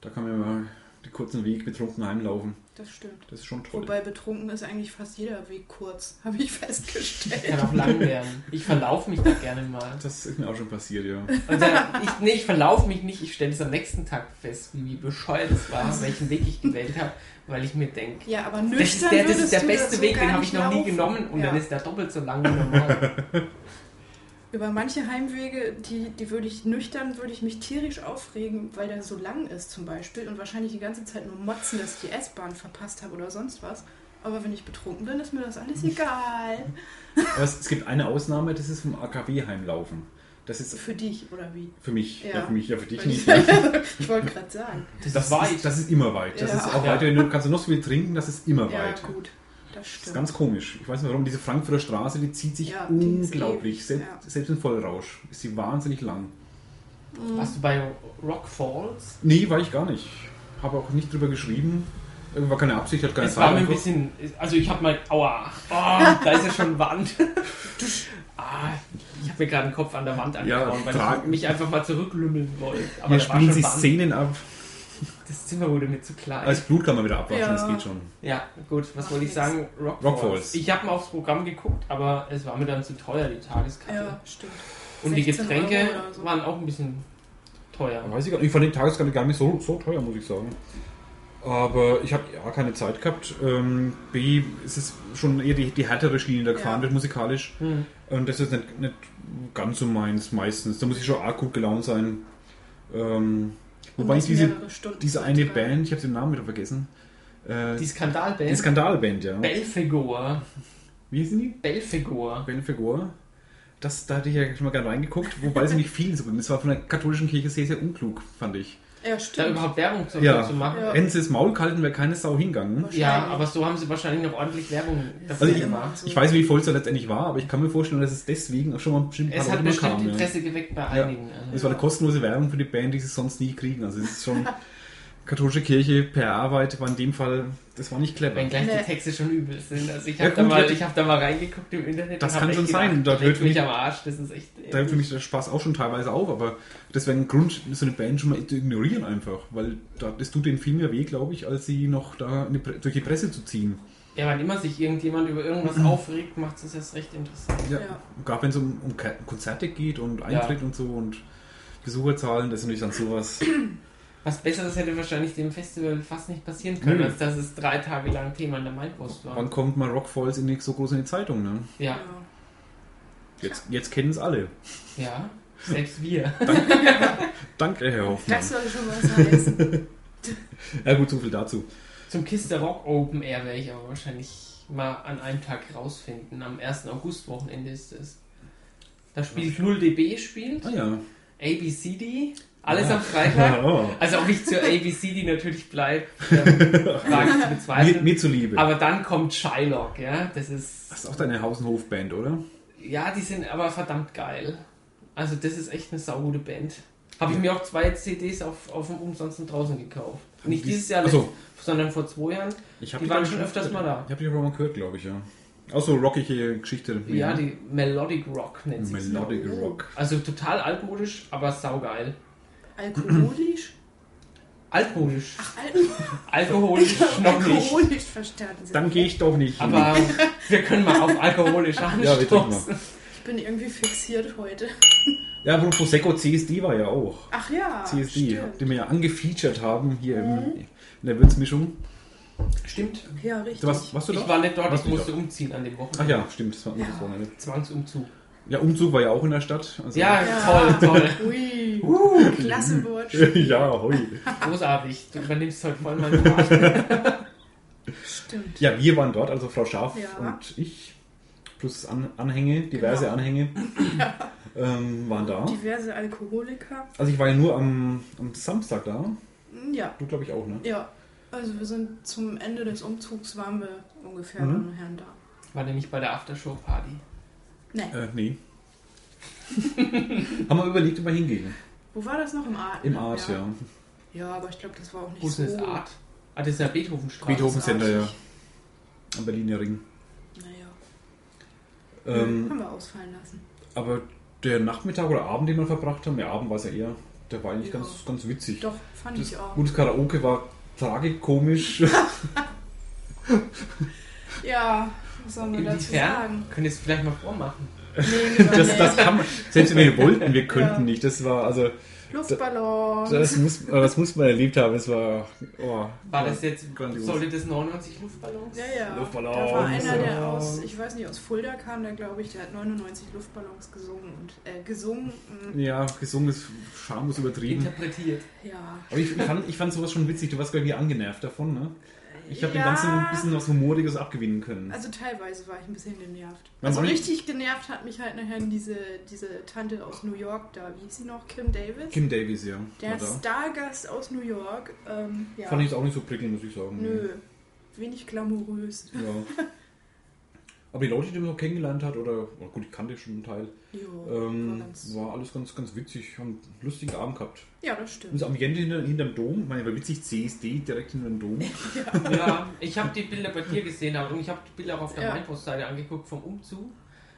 Speaker 3: Da kann man ja mal den kurzen Weg betrunken heimlaufen.
Speaker 2: Das stimmt.
Speaker 3: Das ist schon toll.
Speaker 2: Wobei betrunken ist eigentlich fast jeder Weg kurz, habe ich
Speaker 4: Ich
Speaker 2: festgestellt.
Speaker 4: kann auch lang werden. Ich verlaufe mich da gerne mal.
Speaker 3: Das ist mir auch schon passiert, ja.
Speaker 4: Und dann, ich, nee, ich verlaufe mich nicht. Ich stelle es am nächsten Tag fest, wie, wie bescheuert es war, welchen Weg ich gewählt habe, weil ich mir denke,
Speaker 2: Ja, aber nüchtern
Speaker 4: das ist der, das ist
Speaker 2: würdest
Speaker 4: der
Speaker 2: du
Speaker 4: beste
Speaker 2: so
Speaker 4: Weg,
Speaker 2: gar
Speaker 4: den habe
Speaker 2: nicht
Speaker 4: ich noch nie
Speaker 2: laufen.
Speaker 4: genommen und
Speaker 2: ja.
Speaker 4: dann ist der doppelt so lang wie normal.
Speaker 2: Über manche Heimwege, die, die würde ich nüchtern, würde ich mich tierisch aufregen, weil der so lang ist zum Beispiel und wahrscheinlich die ganze Zeit nur motzen, dass ich die S-Bahn verpasst habe oder sonst was. Aber wenn ich betrunken bin, ist mir das alles
Speaker 4: Hm.
Speaker 2: egal.
Speaker 3: Aber es, es gibt eine Ausnahme, das ist vom AKW heimlaufen. Das ist
Speaker 2: Für dich oder wie?
Speaker 3: für mich, ja,
Speaker 2: Ja.
Speaker 3: für mich, ja für dich nicht.
Speaker 4: ne?
Speaker 2: ich wollte gerade sagen.
Speaker 4: Das,
Speaker 3: Das,
Speaker 4: ist weit.
Speaker 3: Ist, das ist immer weit. Das
Speaker 2: Ja.
Speaker 3: ist auch
Speaker 4: Ja.
Speaker 3: weiter, du kannst du noch so viel trinken, das ist immer
Speaker 2: Ja,
Speaker 3: weit.
Speaker 2: gut. Das
Speaker 3: Das ist
Speaker 2: stimmt.
Speaker 3: ganz komisch. Ich weiß nicht warum, diese Frankfurter Straße, die zieht sich
Speaker 2: Ja, die ist
Speaker 3: unglaublich.
Speaker 2: ewig,
Speaker 3: Selbst,
Speaker 2: ja.
Speaker 3: selbst im Vollrausch ist sie wahnsinnig lang.
Speaker 4: Warst du bei Rock Falls?
Speaker 3: Nee, war ich gar nicht. Habe auch nicht drüber geschrieben. Äh, War keine Absicht, hat keine
Speaker 4: Es war mir ein
Speaker 3: einfach.
Speaker 4: bisschen, also ich habe mal, aua, oh, da ist ja schon Wand. Ah, ich habe mir gerade den Kopf an der Wand
Speaker 3: Ja,
Speaker 4: angehauen, weil ich
Speaker 3: tragen.
Speaker 4: mich einfach mal zurücklümmeln wollte. Aber
Speaker 3: Hier
Speaker 4: da war
Speaker 3: spielen
Speaker 4: schon
Speaker 3: sich
Speaker 4: Wand.
Speaker 3: Szenen ab.
Speaker 4: Das Zimmer wurde mir zu klein.
Speaker 3: Als Blut kann man wieder abwaschen,
Speaker 2: Ja.
Speaker 3: das geht schon.
Speaker 4: ja, gut, was
Speaker 2: Macht
Speaker 4: wollte
Speaker 2: nix.
Speaker 4: ich sagen? Rock,
Speaker 3: Rock Falls.
Speaker 4: Falls. Ich habe mal aufs Programm geguckt, aber es war mir dann zu teuer, die Tageskarte.
Speaker 2: Ja, stimmt.
Speaker 4: Und die
Speaker 2: 16 Euro
Speaker 4: Getränke
Speaker 2: oder so.
Speaker 4: waren auch ein bisschen teuer.
Speaker 3: Weiß ich gar nicht. Ich fand den Tageskarte gar nicht so, so teuer, muss ich sagen. Aber ich habe A, keine Zeit gehabt. Ähm, B, es ist schon eher die, die härtere Schiene da gefahren
Speaker 2: Ja.
Speaker 3: wird, musikalisch.
Speaker 4: Hm.
Speaker 3: Und das ist nicht, nicht ganz so meins meistens. Da muss ich schon arg gut gelaunt sein. Ähm,
Speaker 2: Und
Speaker 3: wobei
Speaker 2: das
Speaker 3: diese,
Speaker 2: mehrere Stunden
Speaker 3: diese
Speaker 2: zu
Speaker 3: eine
Speaker 2: ertragen.
Speaker 3: Band, ich habe den Namen wieder vergessen. Äh,
Speaker 4: Die
Speaker 3: die,
Speaker 4: Skandalband.
Speaker 3: Skandalband, ja.
Speaker 4: Belfigur.
Speaker 3: Wie hießen die?
Speaker 4: Belfigur.
Speaker 3: Benfigur. Das, da hatte ich ja schon mal gerne reingeguckt, wobei sie nicht viel so Das war von der katholischen Kirche sehr, sehr unklug, fand ich.
Speaker 2: Ja,
Speaker 4: Da
Speaker 2: stimmt.
Speaker 4: überhaupt Werbung zu,
Speaker 3: Ja.
Speaker 4: zu machen.
Speaker 2: Ja.
Speaker 3: Hätten sie das Maul gehalten, wäre keine Sau hingegangen.
Speaker 4: Ja. aber so haben sie wahrscheinlich noch ordentlich Werbung dafür
Speaker 3: Also ich-
Speaker 4: gemacht.
Speaker 3: Ich weiß nicht, wie voll es da letztendlich war, aber ich kann mir vorstellen, dass es deswegen auch schon mal bestimmt
Speaker 4: Es hat
Speaker 3: Leute
Speaker 4: bestimmt
Speaker 3: ja.
Speaker 4: Interesse geweckt bei
Speaker 3: Ja.
Speaker 4: einigen. also.
Speaker 3: Es war eine kostenlose Werbung für die Band, die sie sonst nie kriegen. Also es ist schon katholische Kirche, PR-Arbeit war in dem Fall, das war nicht clever.
Speaker 4: Wenn gleich
Speaker 2: Nee.
Speaker 4: die Texte schon übel sind. Also ich
Speaker 3: Ja,
Speaker 4: habe da,
Speaker 3: gut,
Speaker 4: mal-
Speaker 3: ja.
Speaker 4: ich hab da mal reingeguckt im Internet.
Speaker 3: Das
Speaker 4: und hab
Speaker 3: kann
Speaker 4: echt
Speaker 3: schon
Speaker 4: gedacht,
Speaker 3: sein. Da
Speaker 4: leckt
Speaker 3: hört
Speaker 4: mich
Speaker 3: mich-
Speaker 4: am Arsch. Das ist echt. äh,
Speaker 3: Da hört für mich der Spaß auch schon teilweise auf, aber das wäre ein Grund, so eine Band schon mal zu ignorieren einfach, weil da, das tut denen viel mehr weh, glaube ich, als sie noch da in die Pre durch die Presse zu ziehen.
Speaker 4: ja, wann immer sich irgendjemand über irgendwas
Speaker 3: Hm.
Speaker 4: aufregt, macht es erst recht interessant.
Speaker 3: Ja.
Speaker 2: Ja.
Speaker 3: Gerade wenn es um, um Ke- Konzerte geht und Eintritt und so und Besucherzahlen, das ist natürlich dann sowas.
Speaker 4: Was Besseres hätte wahrscheinlich dem Festival fast nicht passieren können,
Speaker 3: Nö.
Speaker 4: als dass es drei Tage lang Thema in der Mainpost war.
Speaker 3: Wann kommt mal Rock Falls in die, so groß in die Zeitung? Ne?
Speaker 4: Ja,
Speaker 2: Ja.
Speaker 3: Jetzt, jetzt kennen es alle.
Speaker 4: ja. Selbst wir.
Speaker 3: Danke, Herr Hoffmann.
Speaker 2: Das soll schon was heißen.
Speaker 3: Ja gut, so viel dazu.
Speaker 4: Zum Kiss the Rock Open Air werde ich aber wahrscheinlich mal an einem Tag rausfinden. Am 1. August-Wochenende ist es. Da spielt 0DB spielt,
Speaker 3: Ah ja.
Speaker 4: ABCD, alles
Speaker 3: Ah.
Speaker 4: am Freitag.
Speaker 3: Oh.
Speaker 4: Also ob ich zur ABCD natürlich bleibe, ähm, wage ich zu
Speaker 3: Mir,
Speaker 4: bezweifeln.
Speaker 3: mir zuliebe.
Speaker 4: Aber dann kommt Shylock, ja. Das ist.
Speaker 3: das ist auch deine Hausenhof-Band, oder?
Speaker 4: Ja, die sind aber verdammt geil. Also das ist echt eine saugute Band. Habe ich mir auch zwei CDs auf, auf dem Umsonst und draußen gekauft. Nicht
Speaker 3: die-
Speaker 4: dieses Jahr,
Speaker 3: Ach so.
Speaker 4: sondern vor zwei Jahren.
Speaker 3: Ich hab
Speaker 4: Die waren
Speaker 3: glaub ich,
Speaker 4: schon öfters mal da.
Speaker 3: Ich habe die auch mal gehört, glaube ich, ja. Auch so rockige Geschichte.
Speaker 4: Ja, die Melodic Rock nennt sich
Speaker 3: Melodic
Speaker 2: Oh.
Speaker 3: Rock.
Speaker 4: Also total altmodisch, aber saugeil.
Speaker 2: Alkoholisch?
Speaker 4: Altmodisch.
Speaker 2: Alkoholisch,
Speaker 4: Alkoholisch noch nicht.
Speaker 2: Alkoholisch verstanden. Sie.
Speaker 3: Dann gehe ich doch nicht.
Speaker 4: Aber wir können mal auf alkoholisch
Speaker 3: wir trinken mal.
Speaker 4: anstoßen.
Speaker 2: Ich bin irgendwie fixiert heute.
Speaker 3: ja, aber Prosecco CSD war ja auch.
Speaker 2: Ach
Speaker 4: Ah,
Speaker 2: ja.
Speaker 3: CSD,
Speaker 2: stimmt.
Speaker 3: die wir ja angefeatured haben hier
Speaker 4: Mhm.
Speaker 3: im, in der Würzmischung.
Speaker 4: Stimmt.
Speaker 2: Ja, richtig.
Speaker 3: Du warst, warst du
Speaker 4: Ich
Speaker 3: dort?
Speaker 4: war nicht dort,
Speaker 3: Warst
Speaker 4: ich
Speaker 3: du
Speaker 4: musste umziehen an dem Wochenende.
Speaker 3: Ach ja, stimmt, das war ja. Wochenende.
Speaker 4: Zwangsumzug.
Speaker 3: Ja, Umzug war ja auch in der Stadt. Also
Speaker 4: Ja,
Speaker 2: Ja.
Speaker 4: toll, toll.
Speaker 2: Ui. Klasse Wort.
Speaker 3: ja, hoi.
Speaker 4: Großartig. Du übernimmst heute voll meine Marke.
Speaker 2: Stimmt.
Speaker 3: Ja, wir waren dort, also Frau Scharf
Speaker 2: Ja.
Speaker 3: und ich. plus An Anhänge, diverse
Speaker 2: Genau.
Speaker 3: Anhänge ähm, waren da.
Speaker 2: Diverse Alkoholiker.
Speaker 3: Also ich war ja nur am, am Samstag da.
Speaker 2: Hm, Ja,
Speaker 3: Du glaube ich auch, ne?
Speaker 2: ja. Also wir sind zum Ende des Umzugs waren wir ungefähr
Speaker 3: Mhm.
Speaker 2: mhm. und Herren da.
Speaker 4: War nämlich bei der Aftershow-Party.
Speaker 2: Nee.
Speaker 3: Äh, nee. Haben wir überlegt, ob wir hingehen.
Speaker 2: Wo war das noch? Im Art?
Speaker 3: Im
Speaker 2: ne?
Speaker 3: Art, ja. ja.
Speaker 2: Ja, aber ich glaube, das war auch nicht
Speaker 4: Wo ist
Speaker 2: so...
Speaker 4: denn das Art? Ah, das ist ja Beethovenstraße.
Speaker 3: Beethoven Center, ja.
Speaker 2: großartig.
Speaker 3: Am Berliner Ring.
Speaker 2: Naja,
Speaker 3: Ähm,
Speaker 2: haben wir ausfallen lassen.
Speaker 3: aber der Nachmittag oder Abend, den wir verbracht haben, der Abend war es ja eher, der war eigentlich
Speaker 2: Ja.
Speaker 3: ganz, ganz witzig.
Speaker 2: Doch, fand
Speaker 3: Das
Speaker 2: ich auch.
Speaker 3: gutes Karaoke war tragikomisch.
Speaker 2: Ja, was soll man dazu
Speaker 4: Inwiefern?
Speaker 2: sagen?
Speaker 4: Könnt ihr es vielleicht mal vormachen?
Speaker 2: Nee, lieber
Speaker 3: Das,
Speaker 2: nee.
Speaker 3: das kann man, selbst wenn wir wollten, wir könnten
Speaker 2: Ja.
Speaker 3: nicht. Das war, also,
Speaker 2: Luftballon.
Speaker 3: das muss, das muss man erlebt haben. Es war, oh,
Speaker 4: War das jetzt,
Speaker 3: grandios.
Speaker 4: sollte das 99 Luftballons?
Speaker 2: ja, ja.
Speaker 3: Luftballon.
Speaker 2: Da war einer, der
Speaker 4: Luftballon.
Speaker 2: aus, ich weiß nicht, aus Fulda kam, der glaube ich, der hat 99 Luftballons gesungen und äh, gesungen. mm,
Speaker 3: Ja, gesungen ist schamlos übertrieben.
Speaker 4: Interpretiert.
Speaker 2: Ja.
Speaker 3: Aber ich, ich, fand, ich fand sowas schon witzig. Du warst, glaube ich, angenervt davon, ne? Ich habe
Speaker 2: ja,
Speaker 3: dem Ganzen ein bisschen was Humoriges abgewinnen können.
Speaker 2: Also teilweise war ich ein bisschen genervt.
Speaker 3: Ja,
Speaker 2: Also
Speaker 3: Mann.
Speaker 2: richtig genervt hat mich halt nachher diese, diese Tante aus New York da, wie hieß sie noch? Kim Davis?
Speaker 3: Kim Davies, ja.
Speaker 2: der
Speaker 3: war da.
Speaker 2: Stargast aus New York. Ähm, ja.
Speaker 3: Fand ich jetzt auch nicht so prickelnd, muss ich sagen.
Speaker 2: Nö. Wenig glamourös.
Speaker 3: Ja. Aber die Leute, die man so kennengelernt hat, oder oh gut, ich kannte schon einen Teil,
Speaker 2: Jo, war
Speaker 3: ähm,
Speaker 2: ganz-
Speaker 3: war alles ganz, ganz witzig. Haben einen lustigen Abend gehabt.
Speaker 2: ja, das
Speaker 3: Und
Speaker 2: stimmt.
Speaker 3: das Ambiente hinter, hinterm Dom, ich meine, war witzig, CSD direkt hinterm Dom.
Speaker 4: Ja, ich habe die Bilder bei dir gesehen aber, und ich habe die Bilder auch auf der
Speaker 2: Ja.
Speaker 4: Mainpostseite angeguckt vom Umzug.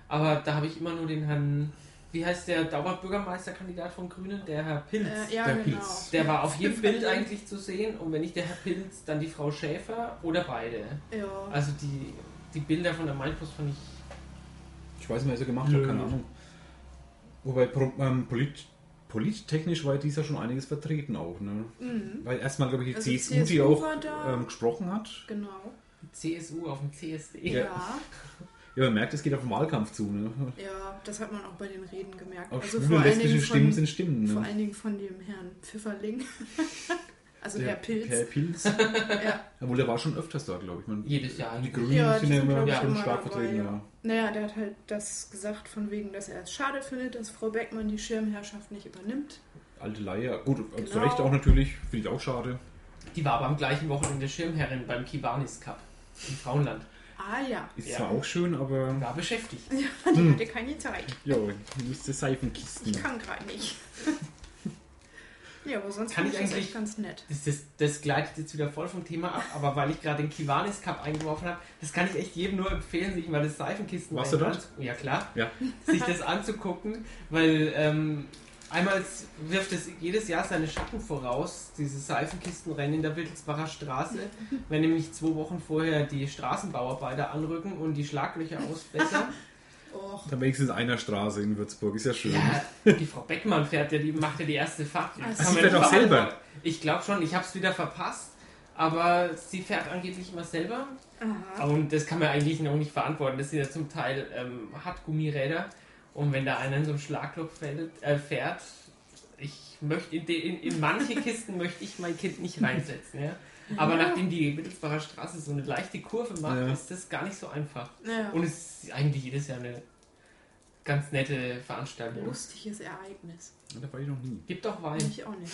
Speaker 4: Aber da habe ich immer nur den Herrn, wie heißt der Dauerbürgermeisterkandidat von Grünen? Der Herr Pilz.
Speaker 2: Äh, ja,
Speaker 3: Der
Speaker 2: genau.
Speaker 3: Pilz.
Speaker 4: Der war auf jedem Bild
Speaker 2: Verlieren.
Speaker 4: eigentlich zu sehen und wenn nicht der Herr Pilz, dann die Frau Schäfer oder beide.
Speaker 2: genau. Ja.
Speaker 4: Also die, die Bilder von der Mainpost fand ich.
Speaker 3: Ich weiß nicht, was er gemacht hat,
Speaker 4: Nö.
Speaker 3: keine Ahnung. Wobei pro- ähm, polit, polittechnisch war dieser schon einiges vertreten auch, ne?
Speaker 2: Mhm.
Speaker 3: Weil erstmal, glaube ich, die
Speaker 2: Also
Speaker 3: CSU, die
Speaker 2: CSU
Speaker 3: auch
Speaker 2: war da.
Speaker 3: ähm, gesprochen hat.
Speaker 2: Genau.
Speaker 4: CSU auf dem CSD.
Speaker 3: Ja.
Speaker 2: Ja.
Speaker 3: Ja, man merkt, es geht auf den Wahlkampf zu, ne?
Speaker 2: ja, das hat man auch bei den Reden gemerkt.
Speaker 3: Auch
Speaker 2: also
Speaker 3: schwule
Speaker 2: vor
Speaker 3: und
Speaker 2: allen,
Speaker 3: lesbische
Speaker 2: Dingen
Speaker 3: Stimmen
Speaker 2: von,
Speaker 3: sind Stimmen,
Speaker 2: vor
Speaker 3: ne?
Speaker 2: allen Dingen von dem Herrn Pfifferling. also
Speaker 3: Der
Speaker 2: Herr Pilz.
Speaker 3: Herr Pilz.
Speaker 2: Ja.
Speaker 3: Obwohl, der war schon öfters da, glaube ich. Man,
Speaker 4: Jedes Jahr.
Speaker 3: Die Grünen
Speaker 2: Ja, die
Speaker 3: sind ja
Speaker 2: sind,
Speaker 3: immer
Speaker 2: glaub ich,
Speaker 3: schon
Speaker 2: immer
Speaker 3: stark
Speaker 2: dabei,
Speaker 3: vertreten, ja.
Speaker 2: ja. Naja, der hat halt das gesagt, von wegen, dass er es schade findet, dass Frau Beckmann die Schirmherrschaft nicht übernimmt.
Speaker 3: Alte Laie. Gut, äh, zu
Speaker 2: Genau.
Speaker 3: Recht auch natürlich. Finde ich auch schade.
Speaker 4: Die war aber am gleichen Wochenende Schirmherrin beim Kiwanis Cup in Frauenland.
Speaker 2: Ah ja,
Speaker 3: Ist Hm.
Speaker 4: Ja.
Speaker 3: zwar auch schön, aber.
Speaker 4: War beschäftigt.
Speaker 2: die hatte keine Zeit.
Speaker 3: Jo, nächste
Speaker 2: Ich
Speaker 3: Seifenkisten.
Speaker 2: kann gerade nicht. ja, aber sonst
Speaker 4: Kann
Speaker 2: fand ich
Speaker 4: ich
Speaker 2: das
Speaker 4: eigentlich-
Speaker 2: echt ganz nett.
Speaker 4: Das, das, das gleitet jetzt wieder voll vom Thema ab, aber weil ich gerade den Kiwanis Cup eingeworfen habe, das kann ich echt jedem nur empfehlen, sich mal das Seifenkisten
Speaker 3: Warst du dort?
Speaker 4: anzu- Ja, klar.
Speaker 3: Ja.
Speaker 4: Sich das anzugucken, weil ähm, einmal wirft es jedes Jahr seine Schatten voraus, dieses Seifenkistenrennen in der Wittelsbacher Straße, wenn nämlich zwei Wochen vorher die Straßenbauarbeiter anrücken und die Schlaglöcher ausbessern.
Speaker 2: Och,
Speaker 3: Dann wenigstens in einer Straße in Würzburg. Ist ja schön.
Speaker 4: Ja, die Frau Beckmann fährt ja, die macht ja die erste Fahrt.
Speaker 2: Ah,
Speaker 4: Kann
Speaker 2: sie
Speaker 4: man
Speaker 3: fährt
Speaker 4: nicht
Speaker 3: auch selber.
Speaker 4: beantworten. Ich glaube schon, ich habe es wieder verpasst. Aber sie fährt angeblich immer selber.
Speaker 2: aha.
Speaker 4: Und das kann man eigentlich noch nicht verantworten. Das sind ja zum Teil ähm, Hartgummiräder. Und wenn da einer in so einem Schlagloch fällt, äh, fährt, ich möchte in, de- in, in manche Kisten möchte ich mein Kind nicht reinsetzen. Ja? Aber nachdem die Wittelsbacher Straße so eine leichte Kurve macht,
Speaker 3: Ja.
Speaker 4: ist das gar nicht so einfach.
Speaker 2: Ja.
Speaker 4: Und es ist eigentlich jedes Jahr eine ganz nette Veranstaltung.
Speaker 2: Lustiges Ereignis.
Speaker 3: Da war ich noch nie.
Speaker 4: Gib doch Wein.
Speaker 2: Ich auch nicht.